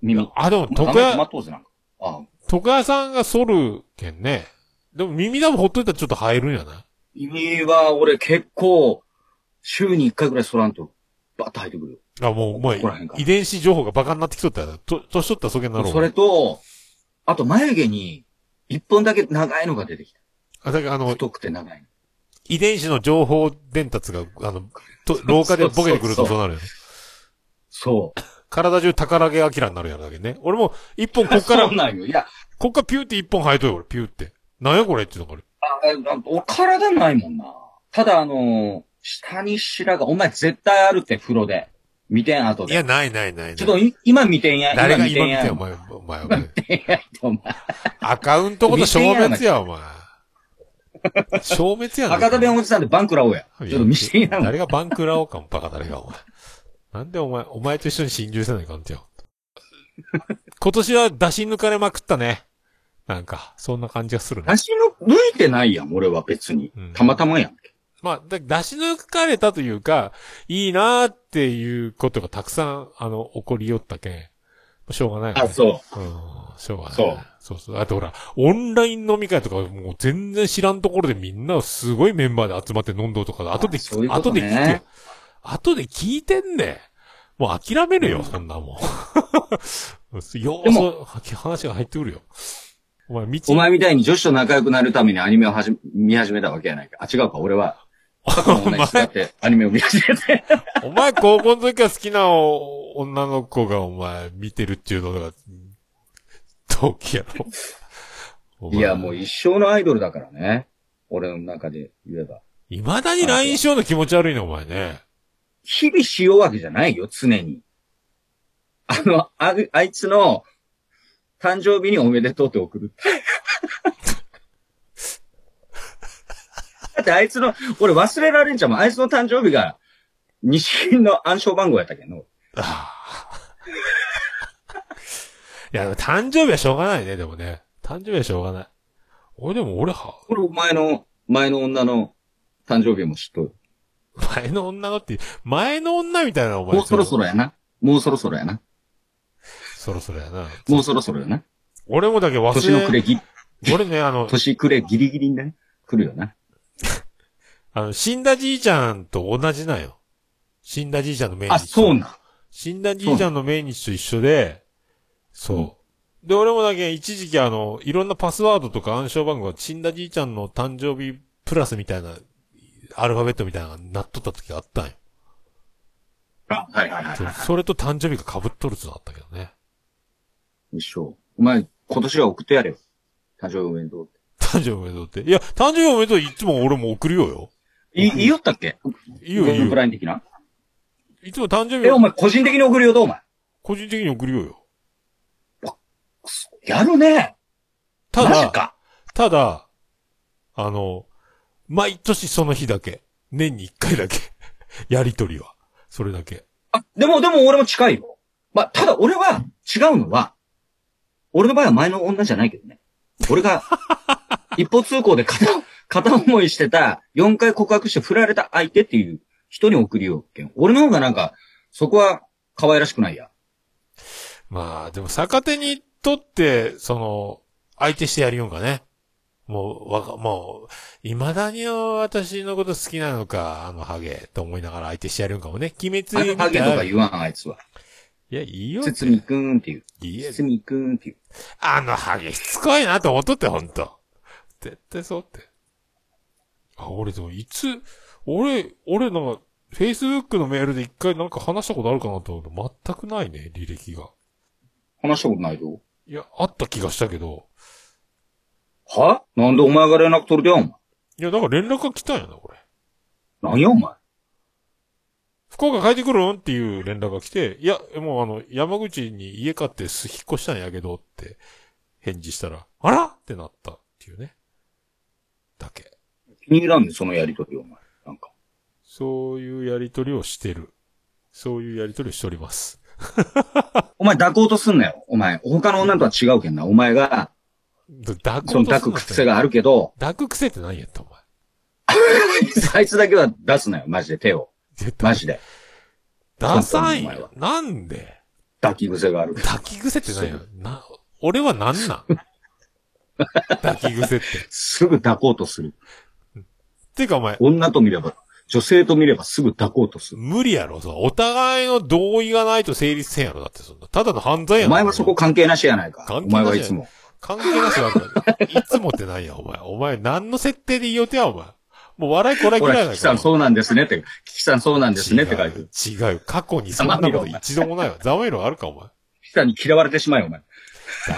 耳。
あ、で
お
も、
前
徳
止ま
屋、
っとうぜ、なんか。あ
徳屋さんが剃るけんね。でも耳だもほっといたらちょっと生えるんやな
耳は、俺結構、週に一回ぐらい剃らんと、バッと生えてくるよ。
いあ、もう、お前
ここら辺か、
遺伝子情報がバカになってきとったら、と、年取ったらそげになろう。
それと、あと眉毛に、一本だけ長いのが出てきた。
あ、だからあの、
太くて長いの。
遺伝子の情報伝達が、あの、と老化でボケてくるとそうなるよね。
そう。
体中宝毛アキラになるやんだけどね。俺も、一本 こっから
そう、なんよ。いや、
こっからピューって一本生えとるよ、俺、ピューって。なんやこれっていうのがある。
ああお体ないもんな。ただ、あのー下に白髪、お前絶対あるって、風呂で。見てん、後
い
で。
や、ないないないない。
ちょっとい、今見てんや。
誰が今見
見
て
て
ん、お
んや。
前、お前、お前。
お前
アカウントごと消滅や、お前。消滅やな。
博多弁おじさんでバンクラおうや。ちょっと見してんや。
誰がバンクラオかも、バカ誰が、お前。なんでお前、お前と一緒に侵入せないかんてよ。今年は出し抜かれまくったね。なんか、そんな感じがするね。
足の、抜いてないやん、俺は別に
うん。
たまたまやん。
まあ、だ出し抜かれたというか、いいなーっていうことがたくさん、あの、起こりよったけん。しょうがないよね、
あ、そう。
うんしょうがない。
そう。
そうそう。あとほら、オンライン飲み会とか、もう全然知らんところでみんなすごいメンバーで集まって飲んどうとか、後で
そういう
聞
こ
く、
と
後で
ね
聞くよ。後で聞いてんね。もう諦めるよ、そんなもん。 よう、
でも
そう、話が入ってくるよ。お前、道
お前みたいに女子と仲良くなるためにアニメをはじ見始めたわけやないか。あ、違うか、俺は。過去の同じだってアニメを見始めて。
お前、高校の時から好きなお女の子がお前、見てるっていうのが、同期やろ。 お
い
前
や、もう一生のアイドルだからね。俺の中で言えば。
未だに LINE しようの気持ち悪いね、お前ね。
日々しようわけじゃないよ、常に。あの、ああいつの誕生日におめでとうって送る。 だってあいつの、俺忘れられんちゃうもん。あいつの誕生日が西銀の暗証番号やったけど。
いや、でも誕生日はしょうがないね、でもね。誕生日はしょうがない。俺でも俺は、
これお前の、前の女の誕生日も知っとる。
前の女のって、前の女みたいなお前。
もうそろそろやな。もうそろそろやな。
そろそろやな。
もうそろそろやな。
俺もだけ
年の暮
忘れ、
れぎ、
俺ね、あの、
年暮れギリギリにね、来るよな。
あの、死んだじいちゃんと同じなんよ。死んだじいちゃんの命日。
あ、そうなん。
死んだじいちゃんの命日と一緒で、そう。で、俺もだけ一時期あの、いろんなパスワードとか暗証番号が死んだじいちゃんの誕生日プラスみたいな、アルファベットみたいなのがなっとった時があったんよ。
あ、はいはいはい
そ
は
う
い。
それと誕生日が被っとるつのあったけどね。
一生。お前、今年は送ってやれよ。誕生日おめでとうって。
誕生日おめでとうって。いや、誕生日おめでとういつも俺も送るよよ。
い、言いよったっけ
いいよいい
グループラ
よ。
イン的な。
いつも誕生
え、お
日
前、個人的に送るよ、どうお前。
個人的に送るよよ。
やるね。
た
マジ
だ、
か。
ただ、あの、毎年その日だけ。年に一回だけ。 やりとりは。それだけ。
あ、でも、でも俺も近いよ。まあ、ただ俺は、違うのは、俺の場合は前の女じゃないけどね。俺が、 一方通行で片、片思いしてた、4回告白して振られた相手っていう人に送りようけん。俺の方がなんか、そこは、可愛らしくないや。
まあ、でも逆手にとって、その、相手してやりよんかね。もう、わか、もう、未だに私のこと好きなのか、あのハゲ、と思いながら相手してやりよんかもね。鬼
あの
滅みた
ハ
い
ゲ
な
とか言わん、あいつは。
いや、いいよ。
つつみくんっていう。
いいや
つつみくんっていう。
あのハゲしつこいなと思っとって、ほんと。絶対そうって。あ、俺でもいつ、俺、俺なんか、Facebook のメールで一回なんか話したことあるかなと思うと、全くないね、履歴が。
話したことないぞ。
いや、あった気がしたけど。
はなんでお前が連絡取るでや、お前。
いや、なんか連絡が来たんやな、これ。
何や、お前。
福岡帰ってくるんっていう連絡が来て、いや、もうあの、山口に家買ってす引っ越したんやけどって返事したら、あらってなったっていうね。だけ。
気に入らんで、そのやりとり、お前。なんか。
そういうやりとりをしてる。そういうやりとりをしております。
お前抱こうとすんなよ。お前、他の女とは違うけんな。お前が、
だ抱く
その抱く癖。があるけど、
抱く癖って何やったお前。
あいつだけは出すなよ、マジで、手を。
絶対。
マジで。
ダサい
お前は
よ。なんで
抱き癖がある。
抱き癖って何やな、俺はなん なん抱き癖って。
すぐ抱こうとする。
ていうかお前、
女と見れば、女性と見ればすぐ抱こうとする。
無理やろ、そう。お互いの同意がないと成立せんやろ、だってそんな。ただの犯罪や
お
ん
前はそこ関係なしやないか。お
関係なしや
前はいつも。
関係なしだから。いつもってなんや、お前。お前、何の設定で言いようてや、お前。もう笑いこらえ
ほ
嫌いや
ら、
な
キ
い
キさんそうなんですねって、キキさんそうなんですねって書いてる。
違う。違う。過去にそんなこと一度もないわ。ざまいろあるか、お前。
キキさんに嫌われてしまえよ、お前。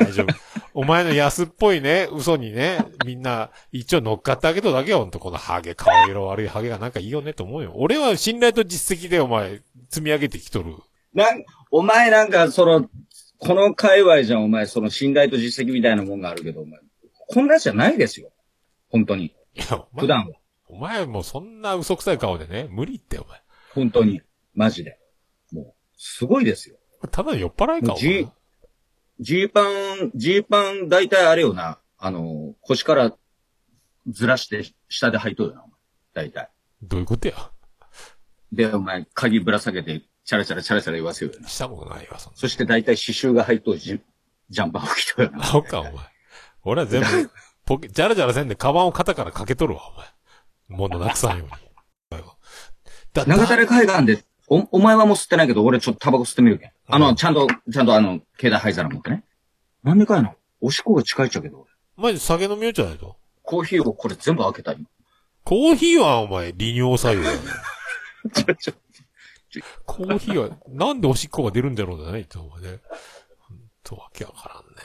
大丈夫。お前の安っぽいね、嘘にね、みんな、一応乗っかってあげただけよ、ほんと。このハゲ、顔色悪いハゲがなんかいいよねと思うよ。俺は信頼と実績でお前、積み上げてきとる。
なん、お前なんか、その、この界隈じゃん、お前、その信頼と実績みたいなもんがあるけど、お前、こんなやつじゃないですよ。本当に。
いや、お
普
前、
段は。
お前もうそんな嘘くさい顔でね、無理って、お前。
本当に。マジで。もう、すごいですよ。
ただの酔っ払いか、お
じ
前。
ジーパン、ジーパン、だいたいあれよな。あの、腰からずらして、下で履いとるよな、お前。だいたい。
どういうことや。
で、お前、鍵ぶら下げて、チャラチャラチャラチャラ言わせようよな。
したことないわ、そんな。
そして大体刺繍が入っとうジジャンパーを着とるよな。
あおか、お前。俺は全部、ポケ、じゃらじゃらせんで、カバンを肩からかけとるわ、お前。物なくさんように。だ、だ、
長垂海岸で、お、お前はもう吸ってないけど、俺ちょっとタバコ吸ってみるけん。あの、ちゃんと、ちゃんとあの、携帯灰皿持ってね。なんでかいな。おしっこが近いっちゃうけど、俺
マジ酒飲みよっちゃないと。
コーヒーをこれ全部開けたい。
コーヒーは、お前、利尿作用だよ。
ちょちょ
コーヒーは、なんでおしっこが出るんだろうじゃないって思うね。ほんと、わけわからんね。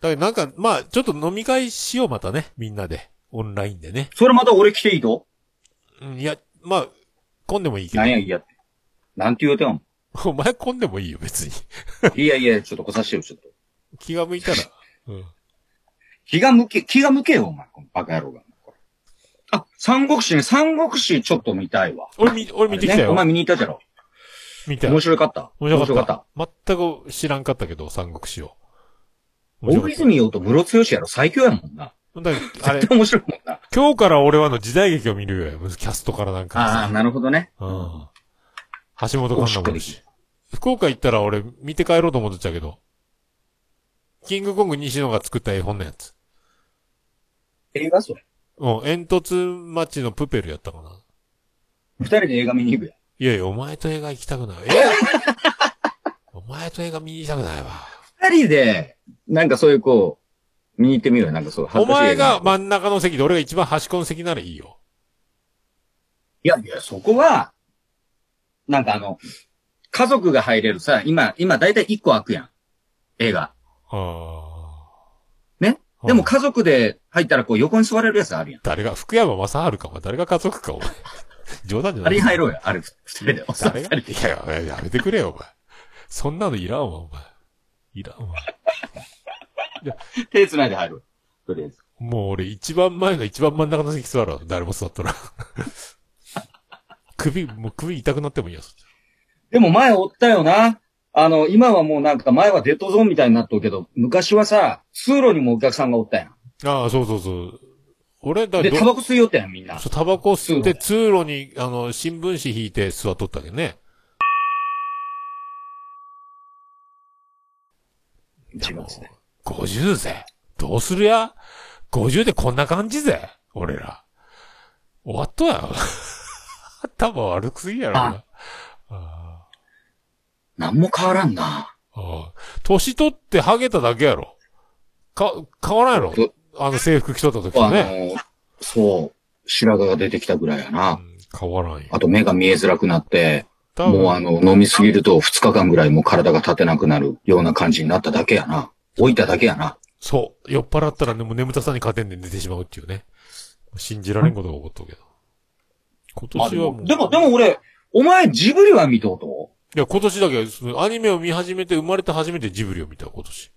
だけどなんか、まあ、ちょっと飲み会しよう、またね。みんなで。オンラインでね。
それまた俺来ていいと
うん、いや、まあ、混んでもいいけ
なんやいやって。なんて言うてんの
ど。お前混んでもいいよ、別に。
いやいや、ちょっと来させてよ、ちょっと。
気が向いたら。うん。
気が向け、気が向けよ、お前。このバカ野郎が。これあ、三国志ね、三国志ちょっと見たいわ。
俺見、俺見てきた
あれねお
よ。
前見に行ったじゃろ。
見たよ
面。白かった。
面白かった。全く知らんかったけど、三国志を。面
大
白かった
泉洋と室強やろ、最強やもんな。
だけどあれ
絶、対面白いもんな。
今日から俺はの時代劇を見るよ。キャストからなんかさ。
ああ、なるほどね。
うん。橋本環奈もいるし。福岡行ったら俺見て帰ろうと思ってたけど。キングコング西野が作った絵本のやつ。
映画それ。
うん、煙突町のプペルやったかな。
二人で映画見に行くや。
いやいや、お前と映画行きたくない。 えお前と映画見に行きたくないわ。
二人で、なんかそういうこう、見に行ってみようよ。なんかそう、恥
お
ずかしい
前
映画
が真ん中の席で俺が一番端っこの席ならいいよ。
いやいや、そこは、なんかあの、家族が入れるさ、今、今だいたい一個開くやん。映画。
あ
ね
あ。
でも家族で入ったらこう横に座れるやつあるやん。
誰が、福山雅治か、お前誰が家族か、お前。 冗談じゃ
あ
ない。
れに入ろうよ。あれ、二人 で。おっさん
誰
二
が
人
い
で。
やいや、やめてくれよ、お前。そんなのいらんわ、お前。いらんわ。
手繋いで入る。とりあえず。
もう俺一番前の一番真ん中の席座るわ。誰も座ったら。 首、もう首痛くなってもいいよ。そっち
でも前おったよな。あの、今はもうなんか前はデッドゾーンみたいになっとるけど、昔はさ、通路にもお客さんがおったや
ああ、そうそうそう。俺、だ
ん。で、
ど
タバコ吸いよったやん、みんな。
そうタバコ吸って通路に、あの、新聞紙引いて座っとったわけどね。
違う
も
っすね
う50ぜ。どうするや ?50 でこんな感じぜ。俺ら。終わっとや。 頭悪くすぎやろ。
あなんも変わらんな。
ああ。年取ってハゲただけやろ。か、変わらんやろ
ど。
あの制服着とった時
あ
とね。
の、そう、白髪が出てきたぐらいや
う
な。
ん、変わらんよ。
あと目が見えづらくなって、
多
もうあ
分、
の、飲みすぎると2日間ぐらいもう体が立てなくなるような感じになっただけやな。置いただけやな。
そう。酔っ払ったらね、もう眠たさに勝てんで寝てしまうっていうね。信じられんことが起こっとるけど。今年はもう。
でも、でも俺、お前ジブリは見とうと
いや、今年だけ、そのアニメを見始めて、生まれて初めてジブリを見た、今年。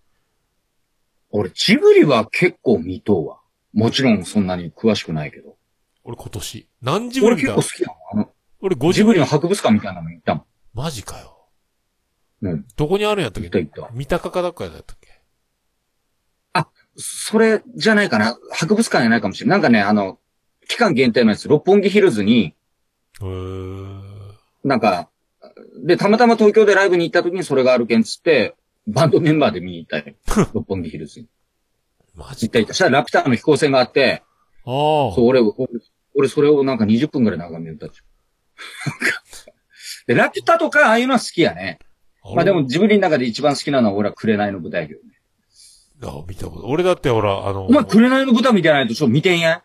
俺、ジブリは結構見とうわ。もちろんそんなに詳しくないけど。
俺今年。何ジブ
俺
リ見
結
た
構好きなの。
俺
あの、
5
ジ
ジ
ブ
ブ
リ
リ。
の博物館みたいなの行ったも
マジかよ。
ん。うん。
どこにあるんやったっ
行っ
け
た行った。
三鷹かだっかやったっけ
それじゃないかな。博物館じゃないかもしれない。なんかね、あの、期間限定のやつ、六本木ヒルズに、
へー。
なんか、で、たまたま東京でライブに行った時にそれがあるけんつって、バンドメンバーで見に行った よ。六本木ヒルズに。
マジ
行った行った。そしたらラピュタの飛行船があって、
ああ。
そう、俺、俺、俺それをなんか20分ぐらい眺めたっちゅうで、ラピュタとか、ああいうのは好きやね。まあでも、ジブリの中で一番好きなのは俺は紅の舞台だけどね。
あ、見たこと。俺だってほら、あの、
お前紅の舞台見てないとちょっと見てんや。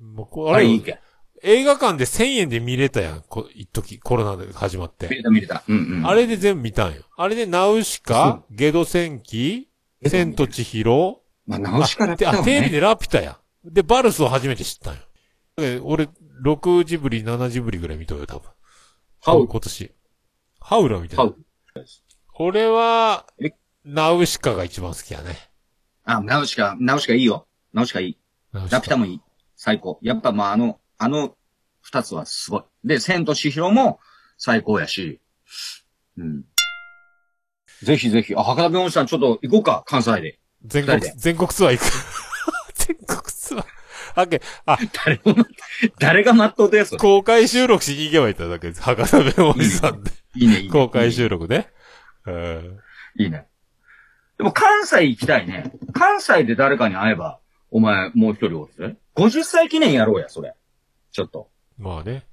もうこ
あ
あ
れ
れ
いいけん。
映画館で1000円で見れたやん、こ一時コロナで始まっ
見れ
て。
た見れた。うんうん。
あれで全部見たんよ。あれでナウシカ、ゲド戦記、千と千尋、
まあ、直しから
あであ、テレビ
ね。
でラピュタや。で、バルスを初めて知ったんよ。で俺、6ジブリ、7ジブリぐらい見とるよ、多分。
ハウ
今年。ハウラみたい
ハ
な
ウ。
俺は
え、
ナウシカが一番好きやね。
あ、直しか、直しかいいよ。直しかいい。
ナウシ
ラピュタ
カ。
もいい。最高。やっぱまあ、あの、あの二つはすごい。で、千と千尋も最高やし。うん。ぜひぜひ。あ、博多弁護士さんちょっと行こうか、関西で。
全
二
国
人で、
全国ツアー行く。全国ツアー。はけ、あ、
誰も待って、誰が待っとうとやつ
公開収録しに行けばいただけです。博多弁おじさんで。
いいね、いいね。
公開収録ね。うん
いいね。でも関西行きたいね。関西で誰かに会えば、お前もう一人おるぜ。50歳記念やろうや、それ。ちょっと。
まあね。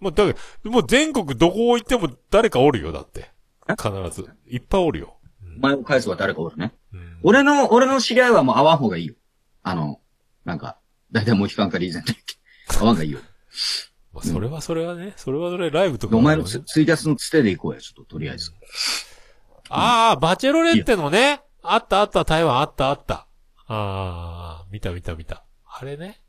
もうだけど、もう全国どこ行っても誰かおるよ、だって。必ず。いっぱいおるよ。
お前を返すは誰かおるね。
うん
俺の、俺の知り合いはもう会わん方がいいよ。あの、なんか、だいたいもう期間から以前だっけ。会わんがいいよ。
まあ、それはそれはね、それはそれライブとか
お
も
前
ある
の
よね
ツツイキャスのつてで行こうや、ちょっととりあえず。
ああ、バチェロレッテのね、あったあった、台湾あったあった。ああ、見た見た見た。あれね。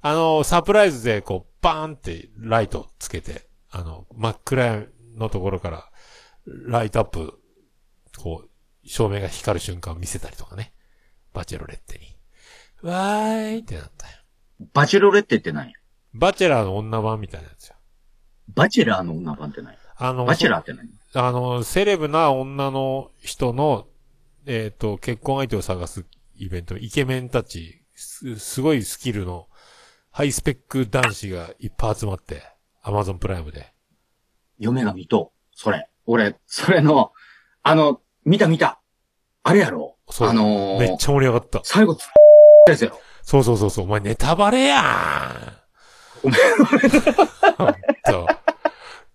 あの、サプライズでこう、バーンってライトつけて、あの、真っ暗のところから、ライトアップ、こう、照明が光る瞬間を見せたりとかね。バチェロレッテに。わーいってなったよ。
バチェロレッテって何や
バチェラーの女版みたいなやつよ。
バチェラーの女版って何や
あの、
バチェラーって何
あの、セレブな女の人の、えっ、と、結婚相手を探すイベント、イケメンたち、す、すごいスキルの、ハイスペック男子がいっぱい集まって、アマゾンプライムで。
嫁が見とう。それ。俺、それの、あの、見た見た。あれやろ
そう
あのー
めっちゃ盛り上がった。
最後、つですよ。
そうそうそうそう、お前ネタバレや
お前
ん。ほんと。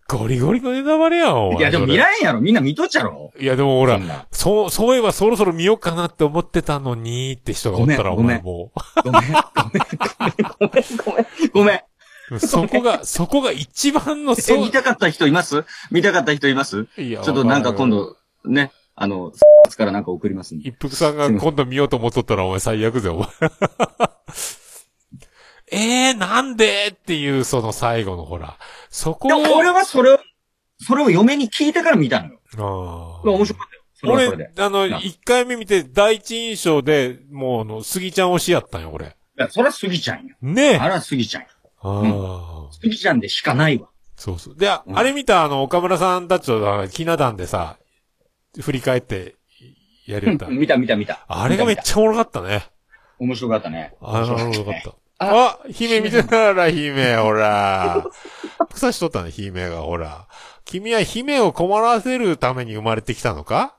ゴリゴリのネタバレやん、お前。
いや、でも見
そ
られんやろ。みんな見とっちゃろ。
れいや、でもほ
ほ
ら、
ら。
そう、そういえばそろそろ見ようかなって思ってたのに、って人がおったら、お
ごめん
前もう。
ごめん、ごめん、ごめん、ごめん、ごめん。
そこが、そこが一番の、
え、
そう
見。たかった人います見たかった人います
いや
ちょっとなんか今。
わる
度、ね、あの、からなんか送りますんで
一服さんが今度見ようと思っとったらお前最悪ぜ、お前。 ええー、なんでっていう、その最後のほら。そこ
いや、俺はそれを、それを嫁に聞いてから見たのよ。
あ
こ
ー
れ面白かったよ。それはそれ
俺
で。、
あの、
な
一回目見て、第一印象で、もう、あの、杉ちゃん推しやったんよ、俺。
いや、それは杉ちゃんよ。
ねえ。
あれは杉ちゃんよ。
あー
杉ちゃんでしかないわ。
そうそう。で、あ
うん
あれ見た、あの、岡村さんたちと、あのひな壇でさ、振り返って、やりよった。
見た見た見た。
あれがめっちゃおもろかったね。
ゃ。面白かったね。
あ
面
なる
白
ほど、
か
よ
ったね
かっ。た。あ、姫見てたら、姫、ほ ら。草しとったね、姫が、ほら。君は姫を困らせるために生まれてきたのか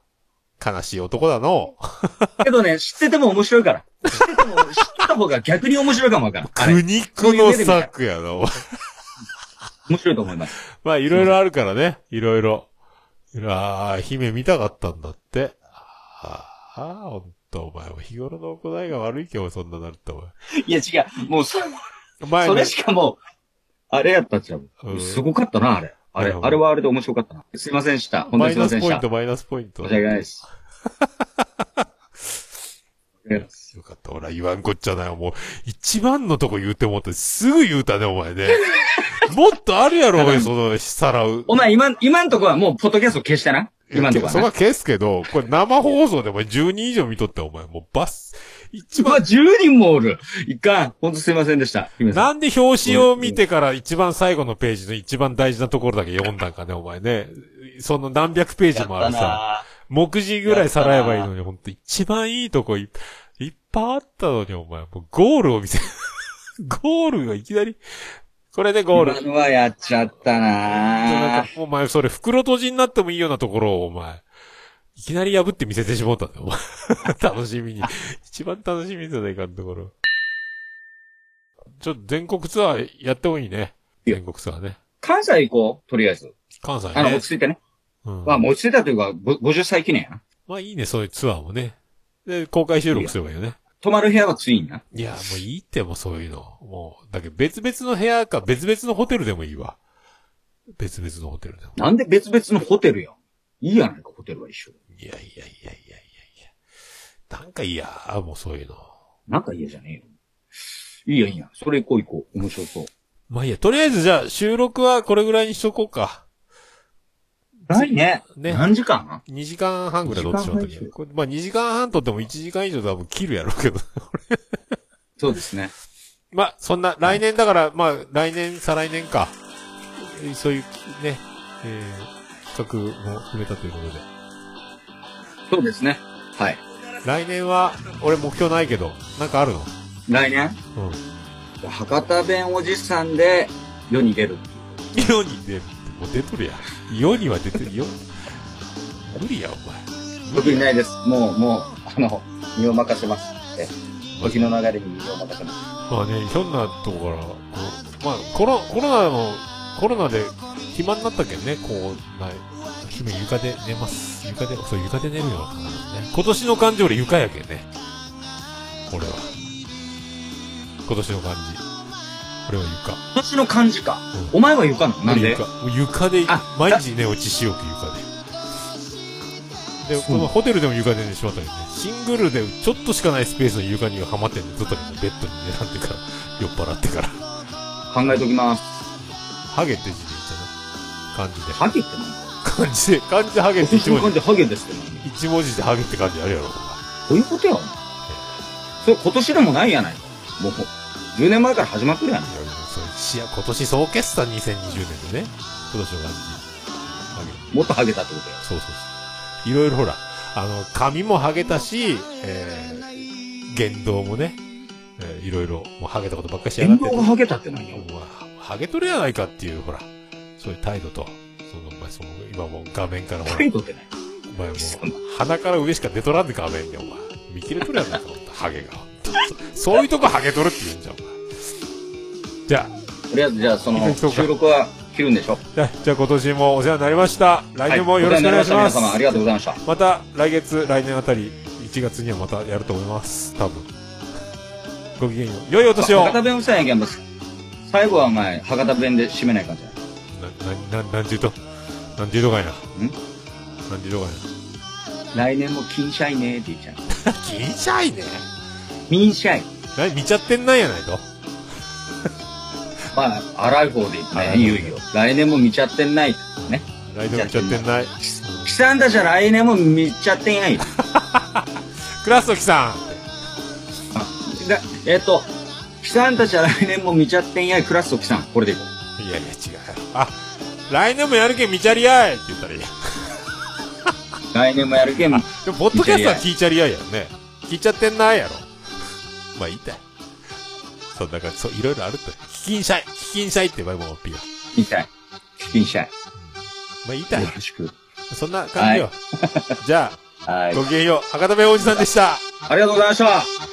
悲しい男だの。
けどね、知ってても面白いから。知ってても、知ってた方が逆に面白いかもわからん。 あれ
苦、肉の策やの。
面白いと思います。
まあ、いろいろあるからね、いろいろ。いやー、姫見たかったんだって。ああ、ほんと、お前も日頃の行いが悪いけど、そんななるって、お前。
いや、違う。もうそ、
前
そ
ね
れしかもう、あれやったじゃん
う。ん
すごかったな、あれ。あれ、
うん
あれはあれで面白かったな。すいませんでした。本当
マ
に
イ
すいま
ナ
せん
ス
でし
ポイ
た。
ン
申
ト、
し
マイナスポイント。
訳ないです。申し訳ないです
よかった。ほら、言わんこっちゃないよ。もう、一番のとこ言うてもって、すぐ言うたね、お前ね。 もっとあるやろ、お前、その、さらう。
お前、今、今んとこはもう、ポッドキャスト消したな。今んとこは
そこ
な。
は消すけど、これ生放送でお前10人以上見とって、お前。もう、バス。一
うわ、
番、
10人もおる。いかん。ほんとすいませんでした。姫さん
なんで表紙を見てから一番最後のページの一番大事なところだけ読んだんかね、お前ね。その何百ページもあるさ。
やっ
目次ぐらいさらえばいいのに、ほんと一番いいとこいいっぱいあったのに、お前。もうゴールを見せ、 ゴールがいきなり、これでゴー
たな。
ル
今のはやっちゃった
なん
な
か、お前、それ、袋閉じになってもいいようなところを、お前、いきなり破って見せてしまったんだよ、お前。 楽しみに。一番楽しみじゃないかんところ。ちょっと全国ツアーやってもいいね。
いや
全国ツアーね。
関西行こう、とりあえず。
関西
あの、
ね
落。ち着いてね。
うん、
まあ、もう落ち着いたというか、ぼ50歳記念やな。
まあいいね、そういうツアーもね。で、公開収録すればいいよね。
泊まる部屋はついんな。
いや、もういいって、もうそういうの。もう、だけど別々の部屋か、別々のホテルでもいいわ。別々のホテルでも。
なんで別々のホテルやん。いいやないか、ホテルは一緒。
いやいやいやいやいやいや。なんかいやもうそういうの。
なんか嫌じゃねえよ。いいやいいや。それ行こう行こう。面白そう。
まあいいや、とりあえずじゃあ収録はこれぐらいにしとこうか。
ないね。
ね
何時間
2時間半ぐらい撮ってしまったけ
二時間半以
ど。これまあ2時間半撮っても1時間以上多分切るやろうけど。
そうですね。
まあそんな、来年だから、まあ来年、再来年か。えーそういうね、えー企画も決めたということで。
そうですね。はい。
来年は、俺目標ないけど、なんかあるの
来年
うん。
と博多弁おじさんで世に出る。
世に出るって、もう出とるやん。世には出てるよ。無理や、お前。
特にないです。もう、もう、あの、身を任せます。え、時の流れに身を任せます。
まあね、ひょんなとこから、こう、まあ、コロ、コロナの、コロナで暇になったけんね、こう、ない。姫床で寝ます。床で、そう、床で寝るような感じですね。今年の感じ俺床やけんね。俺は。今年の感じ。俺は
今年の漢字か。
床。
お前は床なの
うん、
なんで
床もう床で
あ、
毎日寝落ちしようけ、床で。で、
そう
まあホテルでも床で寝てしまったけどね、シングルでちょっとしかないスペースの床にはハマってんで、ずっとベッドに寝らんでから、酔っ払ってから。
考えときます。
ハゲって字で言っちゃうな。漢字で。
ハゲってなんだ
漢字で、漢字でハゲっ
今
て一
年の漢
文字。
字ハゲですってなんだ
一文字でハゲって感じあるやろ。
どういうことやお前それ今年でもないやないか。もう、10年前から始まってるやない。
いや、そう、しや、今年総決算2020年でね。今年の漢字。ハゲ。
もっとハゲたってことや。
そうそうそう。いろいろほら、あの、髪もハゲたし、えー、言動もね、えー、いろいろ、もうハゲたことばっかりしや
言
がって。
動がハゲたって何よ。
うわハゲとるやないかっていう、ほら、そういう態度と、その、お前、その、今もう画面からほら
態、度ってない。
お前も
貴
う
様、
鼻から上しか出とらんで画面で、お前。見切れとるやないか、ほんとハゲが。ほんとそういうとこハゲとるって言うんじゃん、お前。じゃ
とりあえず、じゃあ、そ
行
の、
きましょうか
収録は切るんでしょ。
あ、じゃあ今年もお世話になりました。来年もよろしくお願いします。
はお世話になり皆様、ありがとうございました。
また来月、来年あたり、1月にはまたやると思います。多分。ごきげんよう。良いお年を。
博多弁うるさいやんけん、もう最後はお前、博多弁で締めない感じや。
な、な、な、なんじゅうと。なんじゅうとかいな。んなんじゅうとかい
来年も金シャイねーって言っちゃう。
な。銀シャイね。
ミンシャイ。
な、見ちゃってんなんやないと。
まあ、荒い方で言って
荒
ね、
い
い
方
よい
で
よ。来年も見ちゃってんない。ね。
来年も見ちゃってんない。
貴さんたちは来年も見ちゃってんやい。
クラストキさ
だえっと、貴さんたちは来年も見ちゃってんやい。クラスと貴さん。これでいこう。
ん。いやいや、違うやろ。あ、来年もやるけん見ちゃりやいって言ったらいいや。
来年もやるけん。
でも、ポッドキャストは聞いちゃりやいやろね。聞いちゃってんないやろ。まあ、言いたい。そんな感じ、そう、いろいろあるって。聞きんしゃい。聞きんしゃいって言えばもう、ピが。
見たい。金シャイ。
まあ、言いたい
よ。ろしく。
そんな感じよ。じゃ
は
あ、
い。
ごきげんよう。博多弁おじさんでした。
ありがとうございました。